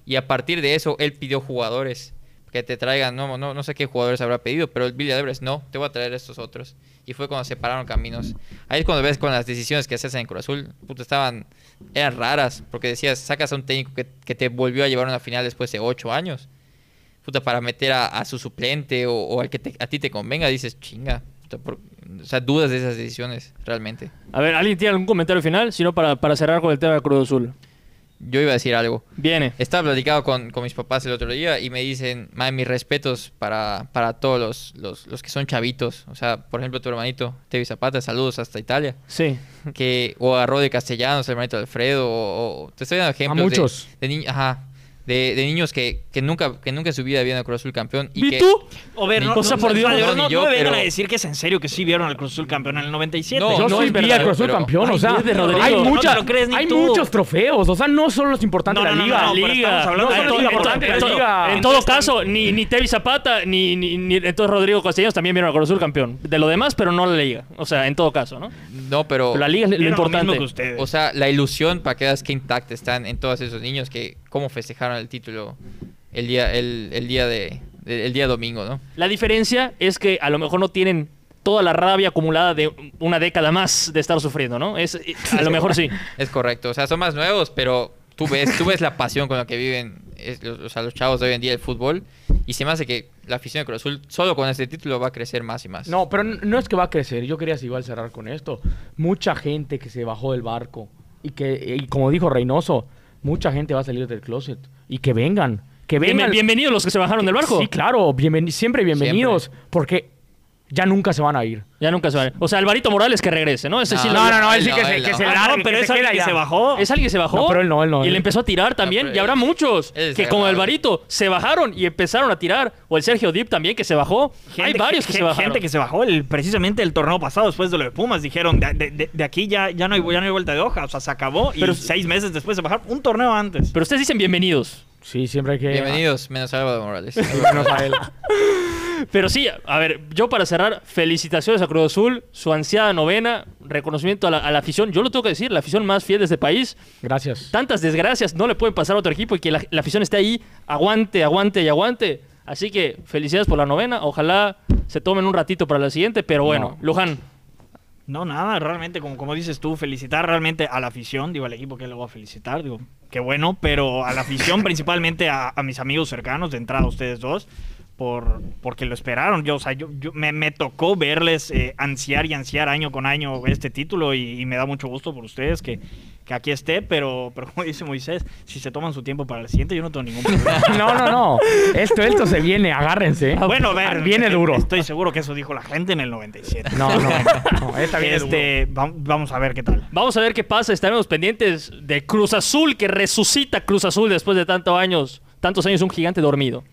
D: Y a partir de eso, él pidió jugadores que te traigan, no, no, no sé qué jugadores habrá pedido, pero el Villadebres no, te voy a traer estos otros. Y fue cuando separaron caminos. Ahí es cuando ves con las decisiones que se hacen en Cruz Azul, puta, estaban, eran raras, porque decías, sacas a un técnico que, que te volvió a llevar a una final después de ocho años puta, para meter a, a su suplente o, o al que te- a ti te convenga, dices, chinga. puta, por- o sea, dudas de esas decisiones, realmente.
A: A ver, ¿alguien tiene algún comentario final? Si no, para, para cerrar con el tema de Cruz Azul.
D: Yo iba a decir algo.
A: Viene.
D: Estaba platicado con, con mis papás el otro día y me dicen, madre, mis respetos para, para todos los, los, los que son chavitos. O sea, por ejemplo, tu hermanito, Tevi Zapata, saludos hasta Italia.
A: Sí.
D: que o agarró de castellanos el hermanito de Alfredo o, o- te estoy dando ejemplos
C: muchos.
D: de, de ni- ajá, de- de niños que, que nunca que nunca en su vida habían a Cruz Azul campeón y
A: ¿Y
D: que
A: tú?
B: O ver,
D: Ni-
B: no,
A: o sea,
B: no,
A: por
B: no,
A: Dios.
B: no,
D: No,
B: no,
D: ni yo,
B: me vengan
D: pero-
B: a decir que es en serio que sí vieron al Cruz Azul campeón en el 97.
D: No,
C: Yo
D: no
C: soy
D: es
C: vi al
D: verdad,
C: Cruz Azul
D: pero-
C: campeón,
A: Ay,
C: o sea,
A: Dios de Rodrigo.
C: hay,
A: No te
B: lo
C: mucha-
B: crees ni
C: hay
B: tú.
C: muchos trofeos, o sea, no son los importantes
B: No,
C: de la
B: no, no, Ah,
C: liga.
B: no, pero estamos hablando de
A: En
B: la
A: to-
B: liga,
A: en
B: por
A: to-
B: ejemplo,
A: en to-
B: la liga.
A: En todo caso, ni, ni Tevi Zapata, ni, ni, ni- entonces Rodrigo Castellanos también vieron a Cruz Azul campeón. De lo demás, pero no la liga. O sea, en todo caso, ¿no?
D: no pero
A: La liga es lo
B: Vieron lo mismo
A: importante.
B: que ustedes.
D: o sea la ilusión para que veas qué intacta están en todos esos niños que cómo festejaron el título el día el, el día de, de- el día domingo no
A: La diferencia es que a lo mejor no tienen toda la rabia acumulada de una década más de estar sufriendo, ¿no? Es, eh, a lo mejor sí.
D: es correcto o sea son más nuevos pero tú ves tú ves la pasión con la que viven es- los, o sea, los chavos de hoy en día del fútbol y se me hace que la afición de Cruz Azul solo con este título va a crecer más y más
C: No, pero n- no es que va a crecer. Yo quería igual cerrar con esto. Mucha gente que se bajó del barco y que, y como dijo Reynoso, mucha gente va a salir del closet y que vengan. Que vengan.
A: Bien- bienvenidos los que se bajaron del barco.
C: Sí, claro, bienveni- siempre bienvenidos, porque ya nunca se van a ir.
A: Ya nunca se van. O sea, Alvarito Morales que regrese, ¿no? Ese sí
D: No,
A: lo-
D: no, no, él sí que se- que se
B: Ah, no, pero es alguien que se bajó.
A: Es alguien que se bajó.
C: No, pero él no, él no,
A: Y
C: él-
A: le empezó a tirar también.
D: pero
A: y habrá
D: él-
A: muchos
D: él es
A: que, como
D: agradable.
A: Alvarito, se bajaron y empezaron a tirar. O el Sergio Dip también que se bajó. Hay varios que, se bajaron.
B: Gente que se bajó el, precisamente el torneo pasado después de lo de Pumas. Dijeron, de, de- de- de aquí ya, ya, no hay, ya no hay vuelta de hoja. O sea, se acabó
A: Pero-
B: y seis meses después se bajaron. Un torneo antes.
A: Pero ustedes dicen bienvenidos.
C: Sí, siempre hay que.
D: Bienvenidos, menos Álvaro Morales.
C: Menos a él.
A: Pero sí, a ver, yo para cerrar, felicitaciones a Cruz Azul, su ansiada novena, reconocimiento a la, a la afición. Yo lo tengo que decir, la afición más fiel de este país.
C: Gracias.
A: Tantas desgracias no le pueden pasar a otro equipo y que la, la afición esté ahí, aguante, aguante y aguante. Así que felicidades por la novena. Ojalá se tomen un ratito para la siguiente, pero bueno,
C: No.
A: Luján,
B: No, nada, realmente, como, como dices tú, felicitar realmente a la afición, digo al equipo que le voy a felicitar, digo, qué bueno, pero a la afición, principalmente a, a mis amigos cercanos, de entrada a ustedes dos, por, porque lo esperaron. Yo, o sea, yo, yo- me, me tocó verles eh, ansiar y ansiar año con año este título y, y me da mucho gusto por ustedes que, que aquí esté, pero, pero como dice Moisés, si se toman su tiempo para el siguiente, yo no tengo ningún problema.
C: No, no, no. Esto, esto se viene, agárrense. Ah,
B: bueno, a ver,
C: Viene duro.
B: Estoy seguro que eso dijo la gente en el 97.
C: No, no, no. Esta viene duro.
B: Este, vam- vamos a ver qué tal.
A: vamos a ver qué pasa. Estaremos pendientes de Cruz Azul, que resucita Cruz Azul después de tantos años, tantos años un gigante dormido.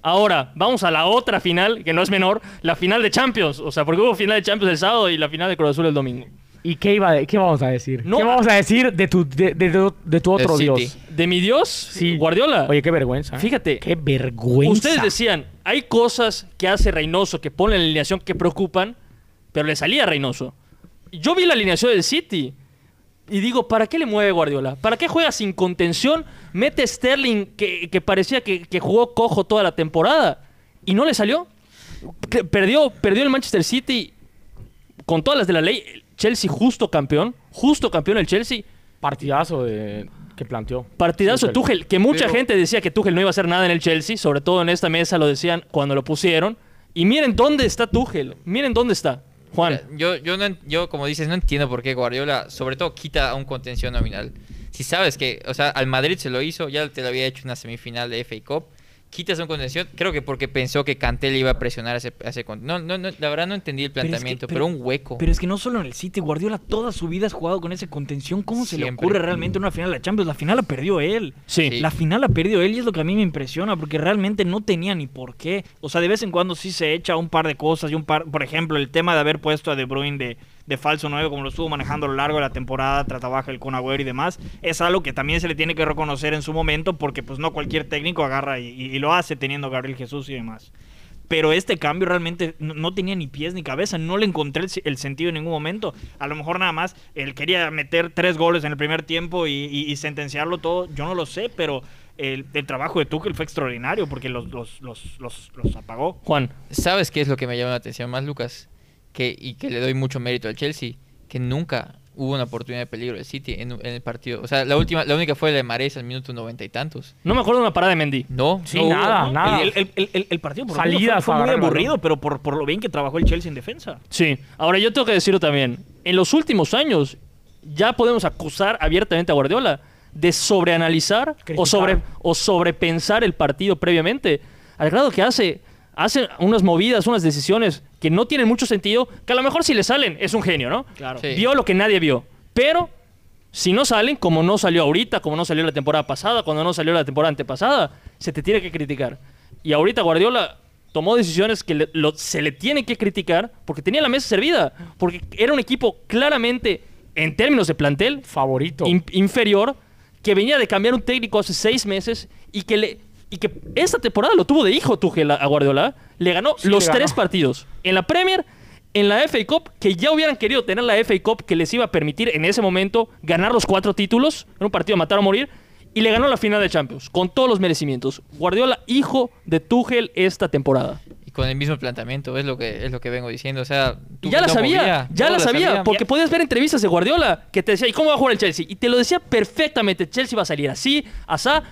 A: Ahora, vamos a la otra final, que no es menor, la final de Champions. O sea, porque hubo final de Champions el sábado y la final de Cruz Azul el domingo.
C: ¿Y qué, iba de- qué vamos a decir?
A: No,
C: ¿Qué vamos a decir de tu, de, de- de- de tu
D: Del
C: otro
D: City.
C: dios?
A: De mi Dios,
C: Sí.
A: Guardiola.
C: Oye, qué vergüenza. ¿eh?
A: Fíjate.
C: Qué vergüenza.
A: Ustedes decían, hay cosas que hace Reynoso, que pone en la alineación que preocupan, pero le salía a Reynoso. Yo vi la alineación del City y digo, ¿para qué le mueve Guardiola? ¿Para qué juega sin contención? Mete Sterling, que, que parecía que, que jugó cojo toda la temporada, y no le salió. Que Perdió, perdió el Manchester City con todas las de la ley. El Chelsea justo campeón, justo campeón el Chelsea.
C: Partidazo de, que planteó.
A: Partidazo de
C: Tuchel.
A: Tuchel, que mucha
D: Pero-
A: gente decía que Tuchel no iba a hacer nada en el Chelsea, sobre todo en esta mesa lo decían cuando lo pusieron. Y miren dónde está Tuchel, miren dónde está, Juan.
D: Yo, yo, no, en- yo, como dices, no entiendo por qué Guardiola, sobre todo, quita a un contención nominal. Si sabes que, o sea, al Madrid se lo hizo, ya te lo había hecho una semifinal de FA Cup, quitas a un contención, creo que porque pensó que Cantel iba a presionar a ese, a ese con- no, no, no, la verdad no entendí el
B: Pero es que-
D: planteamiento,
B: pero-
D: pero, un hueco.
B: Pero es que no solo en el City, Guardiola toda su vida ha jugado con ese contención. ¿Cómo se le
D: Siempre.
B: ocurre realmente una final de la Champions? La final la perdió él.
A: Sí.
D: Sí.
B: La final la perdió él y es lo que a mí me impresiona porque realmente no tenía ni por qué. O sea, de vez en cuando sí se echa un par de cosas y un par, por ejemplo, el tema de haber puesto a De Bruyne de, de falso 9 como lo estuvo manejando a lo largo de la temporada, tras trabaja el Kun Agüero y demás, es algo que también se le tiene que reconocer en su momento porque pues no cualquier técnico agarra y, y- y lo hace teniendo a Gabriel Jesús y demás. Pero este cambio realmente no, no tenía ni pies ni cabeza, no le encontré el, se- el sentido en ningún momento. A lo mejor nada más él quería meter tres goles en el primer tiempo y, y- y sentenciarlo todo, yo no lo sé, pero el, el trabajo de Tuchel fue extraordinario porque los, los, los, los, los apagó.
A: Juan,
D: ¿Sabes qué es lo que me llama la atención más, Lucas? Que, y que le doy mucho mérito al Chelsea, que nunca hubo una oportunidad de peligro del City en, en el partido. O sea, la última, la única fue la de Mares al minuto noventa y tantos.
A: no me acuerdo de una parada de Mendy.
D: No,
C: Sí,
D: no hubo,
C: nada,
D: ¿no?
C: nada.
B: El, el- el- el- el partido por lo menos
C: Salidas
B: fue, fue muy
C: para agarrar el
B: aburrido,
C: balón.
B: pero por, por lo bien que trabajó el Chelsea en defensa.
A: Sí. Ahora yo tengo que decirlo también. En los últimos años ya podemos acusar abiertamente a Guardiola de sobreanalizar o,
C: Criticar.
A: sobre, o sobrepensar el partido previamente. Al grado que hace, hace unas movidas, unas decisiones que no tienen mucho sentido, que a lo mejor si le salen es un genio, ¿no?
B: Claro.
D: Sí.
A: Vio lo que nadie vio. Pero si no salen, como no salió ahorita, como no salió la temporada pasada, cuando no salió la temporada antepasada, se te tiene que criticar. Y ahorita Guardiola tomó decisiones que le- lo- se le tiene que criticar porque tenía la mesa servida, porque era un equipo claramente, en términos de plantel,
C: Favorito.
A: in- inferior, que venía de cambiar un técnico hace seis meses y que le... Y que esta temporada lo tuvo de hijo Tuchel a- a Guardiola. Le ganó
C: Sí,
A: los
C: le ganó.
A: tres partidos. En la Premier, en la FA Cup, que ya hubieran querido tener la FA Cup que les iba a permitir en ese momento ganar los cuatro títulos. Era un partido a matar o morir. Y le ganó la final de Champions, con todos los merecimientos. Guardiola, hijo de Tuchel esta temporada.
D: Y con el mismo planteamiento, es lo que, es lo que vengo diciendo. O sea,
A: Y ya la
D: no
A: sabía,
D: movía,
A: ya
D: no
A: la sabía, porque podías ver entrevistas de Guardiola que te decía, ¿y cómo va a jugar el Chelsea? Y te lo decía perfectamente, Chelsea va a salir así, asá,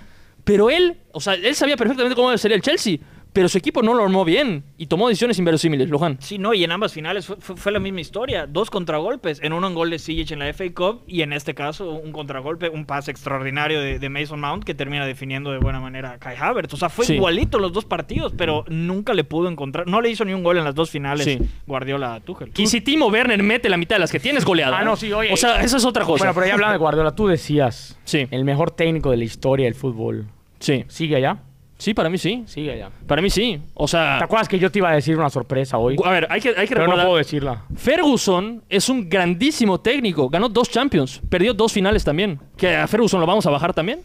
A: pero él, o sea, él sabía perfectamente cómo iba a salir el Chelsea, pero su equipo no lo armó bien y tomó decisiones inverosímiles, Luján.
B: Sí, no, y en ambas finales fue, fue- fue la misma historia. Dos contragolpes. En uno un gol de Sijic en la FA Cup y en este caso un contragolpe, un pase extraordinario de, de Mason Mount que termina definiendo de buena manera a Kai Havertz. O sea, fue
A: Sí.
B: igualito los dos partidos, pero nunca le pudo encontrar. No le hizo ni un gol en las dos finales
A: Sí.
B: Guardiola a Tuchel.
A: Y si Timo Werner mete la mitad de las que tienes goleada.
C: Ah, no, sí, oye.
A: O sea, esa es otra cosa.
C: Bueno, pero ya hablando de Guardiola, tú decías.
A: Sí.
C: El mejor técnico de la historia del fútbol.
A: Sí,
C: ¿Sigue allá?
A: sí, para mí sí.
C: Sigue allá.
A: Para mí sí. O sea,
C: ¿Te acuerdas que yo te iba a decir una sorpresa hoy?
A: a ver, hay que, hay que
C: Pero no
A: recordar-
C: puedo decirla.
A: Ferguson es un grandísimo técnico, ganó dos Champions, perdió dos finales también. ¿Que a Ferguson lo vamos a bajar también?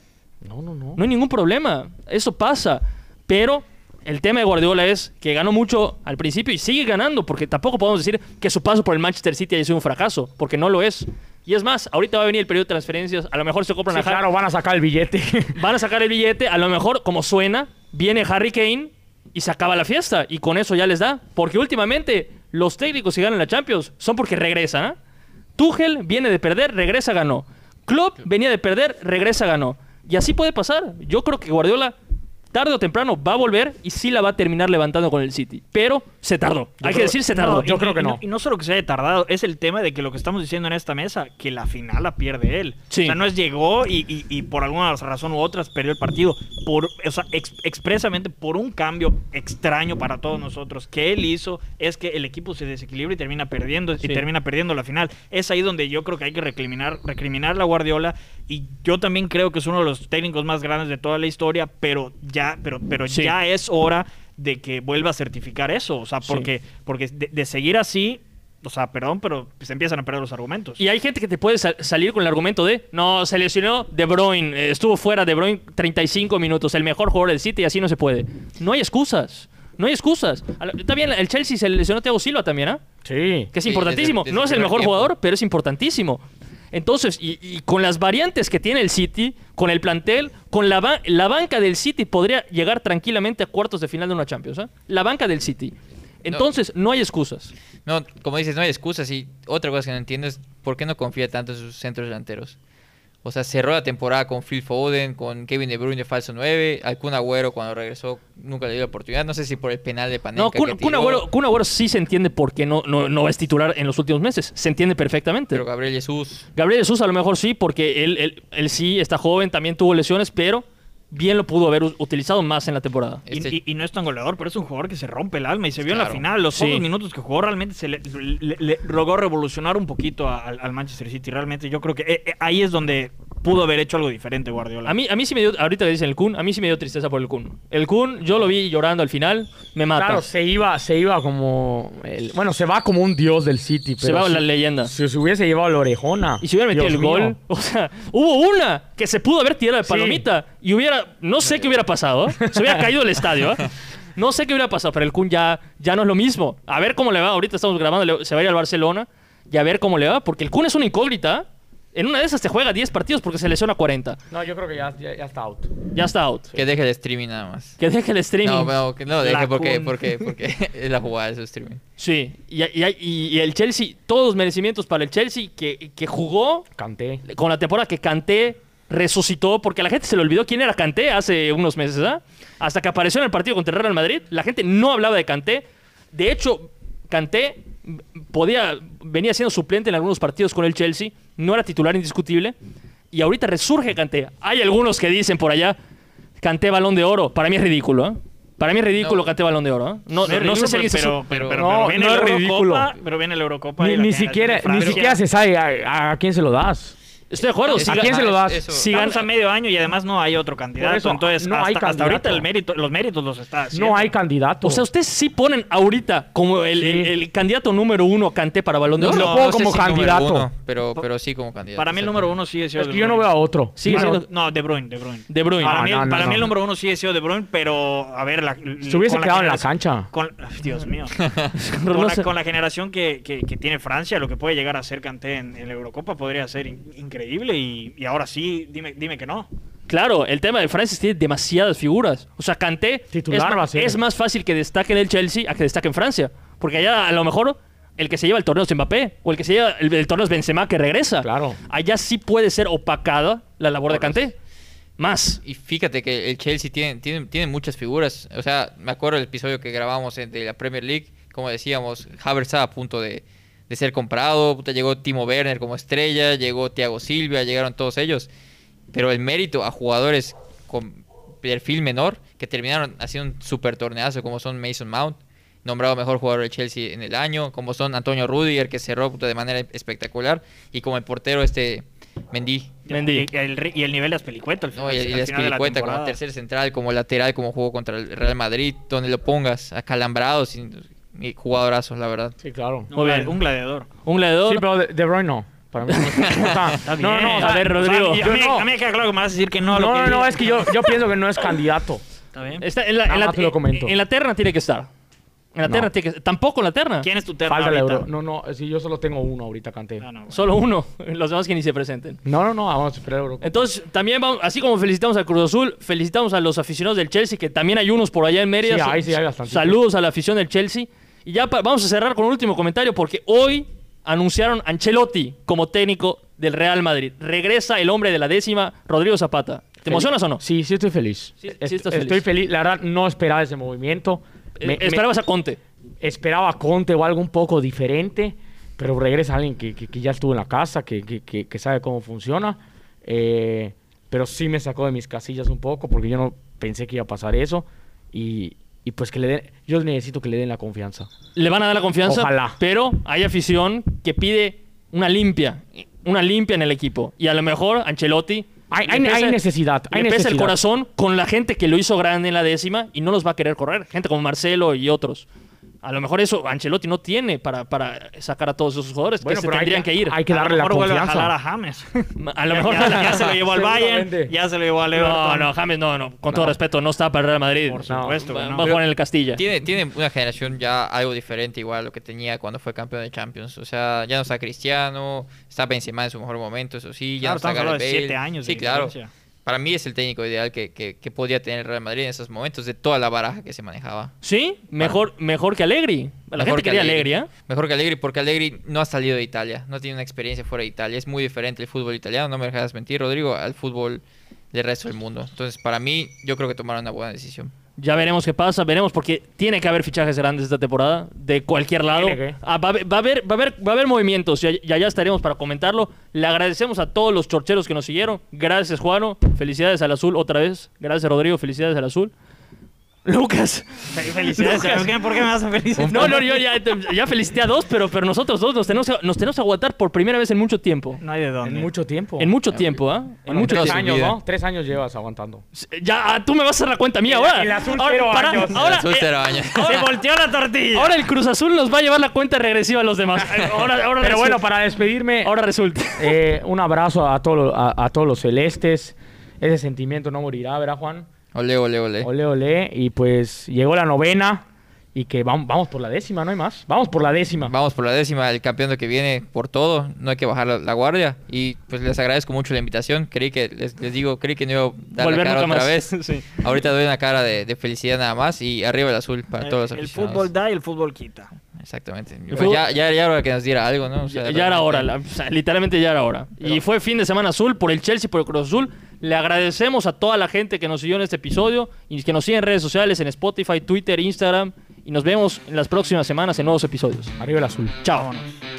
C: No, no, no.
A: No hay ningún problema. Eso pasa. Pero el tema de Guardiola es que ganó mucho al principio y sigue ganando, porque tampoco podemos decir que su paso por el Manchester City haya sido un fracaso, porque no lo es. Y es más, ahorita va a venir el periodo de transferencias, a lo mejor se compran
C: Sí,
A: a Har-
C: claro, van a sacar el billete.
A: van a sacar el billete, a lo mejor, como suena, viene Harry Kane y se acaba la fiesta. Y con eso ya les da. Porque últimamente los técnicos que ganan la Champions son porque regresan. ¿ah? Tuchel viene de perder, regresa, ganó. Klopp venía de perder, regresa, ganó. Y así puede pasar. Yo creo que Guardiola tarde o temprano va a volver y sí la va a terminar levantando con el City. Pero se tardó. Hay que decir se tardó.
C: yo
B: y-
C: creo que
B: y
C: no.
B: Y no solo que se haya tardado, es el tema de que lo que estamos diciendo en esta mesa, que la final la pierde él.
A: Sí.
B: O sea, no es llegó y, y- y por alguna razón u otras perdió el partido. Por, o sea, ex- expresamente por un cambio extraño para todos nosotros que él hizo, es que el equipo se desequilibra y termina perdiendo,
A: Sí.
B: y termina perdiendo la final. Es ahí donde yo creo que hay que recriminar, recriminar a Guardiola. Y yo también creo que es uno de los técnicos más grandes de toda la historia, pero ya, pero, pero
A: Sí.
B: ya es hora de que vuelva a certificar eso. O sea,
A: Sí.
B: porque, porque de, de seguir así, o sea, perdón, pero se empiezan a perder los argumentos.
A: Y hay gente que te puede sal- salir con el argumento de, no, se lesionó De Bruyne, eh, estuvo fuera De Bruyne 35 minutos, el mejor jugador del City, y así no se puede. No hay excusas, no hay excusas. A lo- Está bien, el Chelsea se lesionó a Thiago Silva también, ¿ah?
C: sí.
A: Que es
D: Sí,
A: importantísimo.
D: desde- desde
A: no
D: el
A: es el
D: primer
A: mejor
D: tiempo.
A: jugador, pero es importantísimo. Entonces, y, y con las variantes que tiene el City, con el plantel, con la, ba- la banca del City podría llegar tranquilamente a cuartos de final de una Champions, ¿ah? La banca del City. Entonces, no hay excusas.
D: No, como dices, no hay excusas. Y otra cosa que no entiendo es por qué no confía tanto en sus centros delanteros. O sea, cerró la temporada con Phil Foden, con Kevin De Bruyne de falso 9. Al Kun Agüero, cuando regresó, nunca le dio la oportunidad. No sé si por el penal de Panenka
A: No,
D: que
A: Kun,
D: tiró,
A: Kun Agüero, Kun Agüero sí se entiende por qué no, no, no es titular en los últimos meses. Se entiende perfectamente.
D: Pero Gabriel Jesús...
A: Gabriel Jesús a lo mejor sí, porque él, él, él sí está joven, también tuvo lesiones, pero bien lo pudo haber u- utilizado más en la temporada.
B: Y,
D: este-
B: y- y no es tan goleador, pero es un jugador que se rompe el alma y
C: Pues
B: se vio en la
D: Claro.
B: final. Los
A: Sí.
B: pocos minutos que jugó realmente se le, le- le- le logró revolucionar un poquito a- al, al Manchester City. Realmente yo creo que eh, eh, ahí es donde pudo haber hecho algo diferente Guardiola.
A: A mí, a mí sí me dio, ahorita le dicen el Kun, a mí sí me dio tristeza por el Kun. El Kun, yo lo vi llorando al final, me mata.
C: Claro, se iba, se iba como. el- bueno, se va como un dios del City.
A: Se
C: pero
A: va
C: si-
A: la leyenda.
C: Si se hubiese llevado la orejona.
A: Y si hubiera metido
C: Dios
A: el gol,
C: mío.
A: o sea, hubo una que se pudo haber tirado de
C: Sí.
A: palomita y hubiera, no sé qué hubiera pasado, ¿eh? se hubiera caído el estadio. ¿eh? No sé qué hubiera pasado, pero el Kun ya, ya no es lo mismo. A ver cómo le va, ahorita estamos grabando, le- se va a ir al Barcelona y a ver cómo le va, porque el Kun es una incógnita. ¿eh? En una de esas te juega 10 partidos porque se lesiona 40.
C: No, yo creo que ya, ya- ya está out.
A: Ya está out.
D: Que deje el streaming nada más.
A: Que deje el streaming.
D: No, no, que no lo deje
B: La
D: porque,
B: cun-
D: porque, porque es la jugada de su streaming.
A: Sí, y, y hay- y- y el Chelsea, todos los merecimientos para el Chelsea que, que jugó
C: Canté.
A: con la temporada que Canté resucitó, porque la gente se le olvidó quién era Canté hace unos meses, ¿ah? Hasta que apareció en el partido contra el Real Madrid, la gente no hablaba de Canté. De hecho, Canté podía, venía siendo suplente en algunos partidos con el Chelsea, no era titular indiscutible, y ahorita resurge Canté. Hay algunos que dicen por allá, Canté balón de oro, para mí es ridículo, ¿ah? Para mí es ridículo
D: No.
A: Canté balón de oro, ¿ah? No, no- no
B: es
A: sé
B: ridículo,
A: si alguien se
B: pero,
A: su-
B: pero, pero,
D: pero-
B: pero
C: No,
B: viene
C: no
B: la
C: es
B: Eurocopa,
C: ridículo.
B: pero viene la Eurocopa. y
C: Ni,
B: la
C: ni
B: generación
C: siquiera,
B: de
C: ni
B: Francia.
C: siquiera se sabe a, a quién se lo das.
A: Estoy de acuerdo,
D: Es-
A: si
C: ¿A
A: ga-
C: quién se lo
D: ajá,
C: das?
D: es- eso.
B: Si ganas a medio año y además no hay otro candidato,
C: eso,
B: entonces
C: no
B: hasta,
C: hay
B: hasta ahorita
C: candidato.
B: el mérito, los méritos los está haciendo.
C: No hay candidato.
A: O sea, ustedes sí ponen ahorita como el,
C: Sí.
A: el- el candidato número uno a Kanté para Balón de
C: No,
A: Oro.
C: lo pongo como
D: si número
C: candidato.
D: uno, pero, pero sí como candidato.
B: Para mí el
D: exacto.
B: número uno sigue siendo
C: Es
B: De
C: que yo no
B: Bruyne.
C: veo a otro.
A: Sigue
B: Para-
A: siendo-
B: No, De Bruyne, De Bruyne.
A: De Bruyne.
B: Para,
C: No,
B: mí,
C: no, no,
B: para mí el
C: no.
B: número uno sigue siendo De Bruyne, pero a ver, la,
C: Se hubiese
B: con
C: quedado en la
B: generación-
C: cancha.
B: Con, ay, Dios mío.
A: No
B: con,
A: sé.
B: la, con la generación que, que- que tiene Francia, lo que puede llegar a ser Kanté en, en la Eurocopa podría ser in- increíble y, y ahora sí, dime, dime que no.
A: Claro, el tema de Francis tiene demasiadas figuras. O sea, Kanté
C: Titular
A: es, ma-
C: va a ser.
A: es más fácil que destaque en el Chelsea a que destaque en Francia. Porque allá a lo mejor el que se lleva el torneo es Mbappé o el que se lleva el, el torneo es Benzema que regresa.
C: Claro.
A: Allá sí puede ser opacada la labor de Kanté. Más.
D: Y fíjate que el Chelsea tiene, tiene, tiene muchas figuras. O sea, me acuerdo del episodio que grabamos en- de la Premier League. Como decíamos, Havertz estaba a punto de, de ser comprado. puta, llegó Timo Werner como estrella. Llegó Thiago Silva. Llegaron todos ellos. Pero el mérito a jugadores con perfil menor que terminaron haciendo un super torneazo como son Mason Mount. Nombrado mejor jugador del Chelsea en el año, como son Antonio Rudiger, que cerró puta, de manera espectacular, y como el portero este Mendy,
A: Mendy.
B: Y, el, ri- y el nivel de Aspilicueta al
D: no,
B: final-
D: y,
B: al
D: y
B: final
D: la
B: de la
D: Spilicueta como
B: temporada.
D: tercer central, como lateral, como jugó contra el Real Madrid, donde lo pongas, acalambrado, sin, y jugadorazos, la verdad.
C: Sí, claro.
B: Un
A: Muy bien.
B: gladi- Un gladiador.
A: Un gladiador.
C: Sí, pero De, De Bruyne no. Para mí no. Está- no, no,
B: bien.
C: o sea,
A: a ver, Rodrigo.
B: O sea, y a, mí,
C: Yo no.
B: a mí me queda claro que me vas a decir que no. a lo
C: no,
B: que
C: no, no,
B: diga.
C: es que yo, yo pienso que no es candidato.
B: Está bien.
A: Está en, la,
C: Nada
A: en la- eh,
C: más te lo comento.
A: en la terna tiene que estar. En la
C: No.
A: terna tiene que Tampoco en la terna.
B: ¿Quién es tu terna
C: Falta el
B: ahorita?
C: euro. No, no, sí, yo solo tengo uno ahorita, Canté.
B: No, no, bueno.
A: Solo uno. Los demás que ni se presenten.
C: No, no, no, vamos a esperar el euro.
A: Entonces, también vamos, así como felicitamos al Cruz Azul, felicitamos a los aficionados del Chelsea, que también hay unos por allá en Mérida.
C: Sí, ahí
A: Sa-
C: sí hay bastantitos.
A: Saludos a la afición del Chelsea. Y ya pa- vamos a cerrar con un último comentario, porque hoy anunciaron a Ancelotti como técnico del Real Madrid. Regresa el hombre de la décima, Rodrigo Zapata. ¿Te emocionas o no?
C: Sí, sí estoy feliz.
A: Sí, sí
C: Est-
A: estás
C: Estoy
A: feliz.
C: feliz. La verdad, no esperaba ese movimiento.
A: Eh,
C: Me- me-
A: Esperabas a Conte.
C: esperaba a Conte o algo un poco diferente, pero regresa alguien que, que- que ya estuvo en la casa, que, que- que- que sabe cómo funciona. Eh, pero sí me sacó de mis casillas un poco porque yo no pensé que iba a pasar eso. Y, y pues que le den, yo necesito que le den la confianza.
A: Le van a dar la confianza,
C: Ojalá.
A: pero hay afición que pide una limpia, una limpia en el equipo. Y a lo mejor Ancelotti...
C: Hay-
A: le
C: hay- hay necesidad, hay
A: le pesa el
C: necesidad.
A: corazón con la gente que lo hizo grande en la décima y no los va a querer correr. Gente como Marcelo y otros. A lo mejor eso Ancelotti no tiene para, para sacar a todos esos jugadores
C: Bueno,
A: que se
C: pero hay
A: tendrían
C: que-
A: que, ir.
C: hay que
B: A lo
C: darle la
B: mejor vuelve
C: confianza.
B: A, jalar a James.
A: A lo mejor...
B: ya, ya se lo llevó al Bayern,
C: Seguramente.
B: ya se lo llevó al
A: no,
B: Everton.
A: no, James, no, no. Con todo respeto, no está para el Real Madrid.
B: Por
C: No.
B: supuesto. que
A: Va,
B: no.
A: va a
D: Pero-
A: jugar en el Castilla.
D: Tiene, tiene una generación ya algo diferente igual a lo que tenía cuando fue campeón de Champions. O sea, ya no está Cristiano, está Benzema en su mejor momento, eso sí,
B: Claro,
D: ya no está
B: estamos hablando
D: Gareth
B: de
D: Bale.
B: siete años
D: Sí,
B: de
D: claro.
B: diferencia.
D: Para mí es el técnico ideal que, que, que podía tener el Real Madrid en esos momentos, de toda la baraja que se manejaba.
A: Sí, mejor, mejor que Alegri. La
D: Mejor
A: gente
D: que
A: quería Alegri, ¿eh?
D: Mejor que Allegri, porque Allegri no ha salido de Italia, no tiene una experiencia fuera de Italia. Es muy diferente el fútbol italiano, no me dejas mentir, Rodrigo, al fútbol del resto del mundo. Entonces, para mí, yo creo que tomaron una buena decisión.
A: Ya veremos qué pasa, veremos porque tiene que haber fichajes grandes esta temporada de cualquier lado.
C: Tiene que.
A: Ah, va, a haber, va, a haber, va, a haber, va a haber movimientos y ya, estaremos para comentarlo. Le agradecemos a todos los chorcheros que nos siguieron. Gracias, Juano. Felicidades al azul otra vez. Gracias, Rodrigo. Felicidades al azul. Lucas.
B: Fe- Felicidades. ¿Por qué, por qué me vas a felicitar?
A: No, no, yo ya, ya felicité a dos, pero, pero nosotros dos nos tenemos, que- nos tenemos que aguantar por primera vez en mucho tiempo.
B: No hay de dónde.
C: En mucho tiempo.
A: En mucho tiempo, ¿ah? En
C: Bueno,
A: mucho
C: tres
A: tiempo.
C: años,
D: Vida.
C: ¿no? Tres años llevas aguantando.
A: Ya, ah, tú me vas a hacer la cuenta mía
C: El-
A: ahora.
C: el azul
A: ahora,
C: cero
A: para,
C: años. El
A: Ahora,
D: azul
A: eh,
D: cero años.
B: Se volteó la tortilla.
A: ahora el Cruz Azul nos va a llevar la cuenta regresiva a los demás. Ahora, ahora
C: Pero bueno,
A: resu-
C: para despedirme,
A: ahora resulta.
C: eh, un abrazo a, todos los- a, a todos los celestes. Ese sentimiento no morirá, ¿verdad, Juan?
D: Ole, ole, ole.
C: Ole, ole. Y pues llegó la novena y que vam- vamos por la décima, no hay más. Vamos por la décima.
D: Vamos por la décima, el campeón que viene por todo, no hay que bajar la, la guardia y pues les agradezco mucho la invitación, creí que, les, les digo, creí que no iba a dar
A: Volver
D: la cara
A: nunca
D: otra
A: más.
D: vez,
A: Sí.
D: ahorita doy una cara de, de felicidad nada más y arriba el azul para todos los
B: Eh, el, el
D: aficionados.
B: fútbol da y el fútbol quita.
D: Exactamente, Pues
A: fútbol-
D: ya, ya, ya era que nos diera algo, ¿no? O sea,
A: Ya, ya era
D: realmente-
A: hora, la- o sea, literalmente ya era hora. Y fue fin de semana azul por el Chelsea, por el Cruz Azul. Le agradecemos a toda la gente que nos siguió en este episodio y que nos sigue en redes sociales, en Spotify, Twitter, Instagram. Y nos vemos en las próximas semanas en nuevos episodios.
C: Arriba el azul.
A: Chao.
B: Vámonos.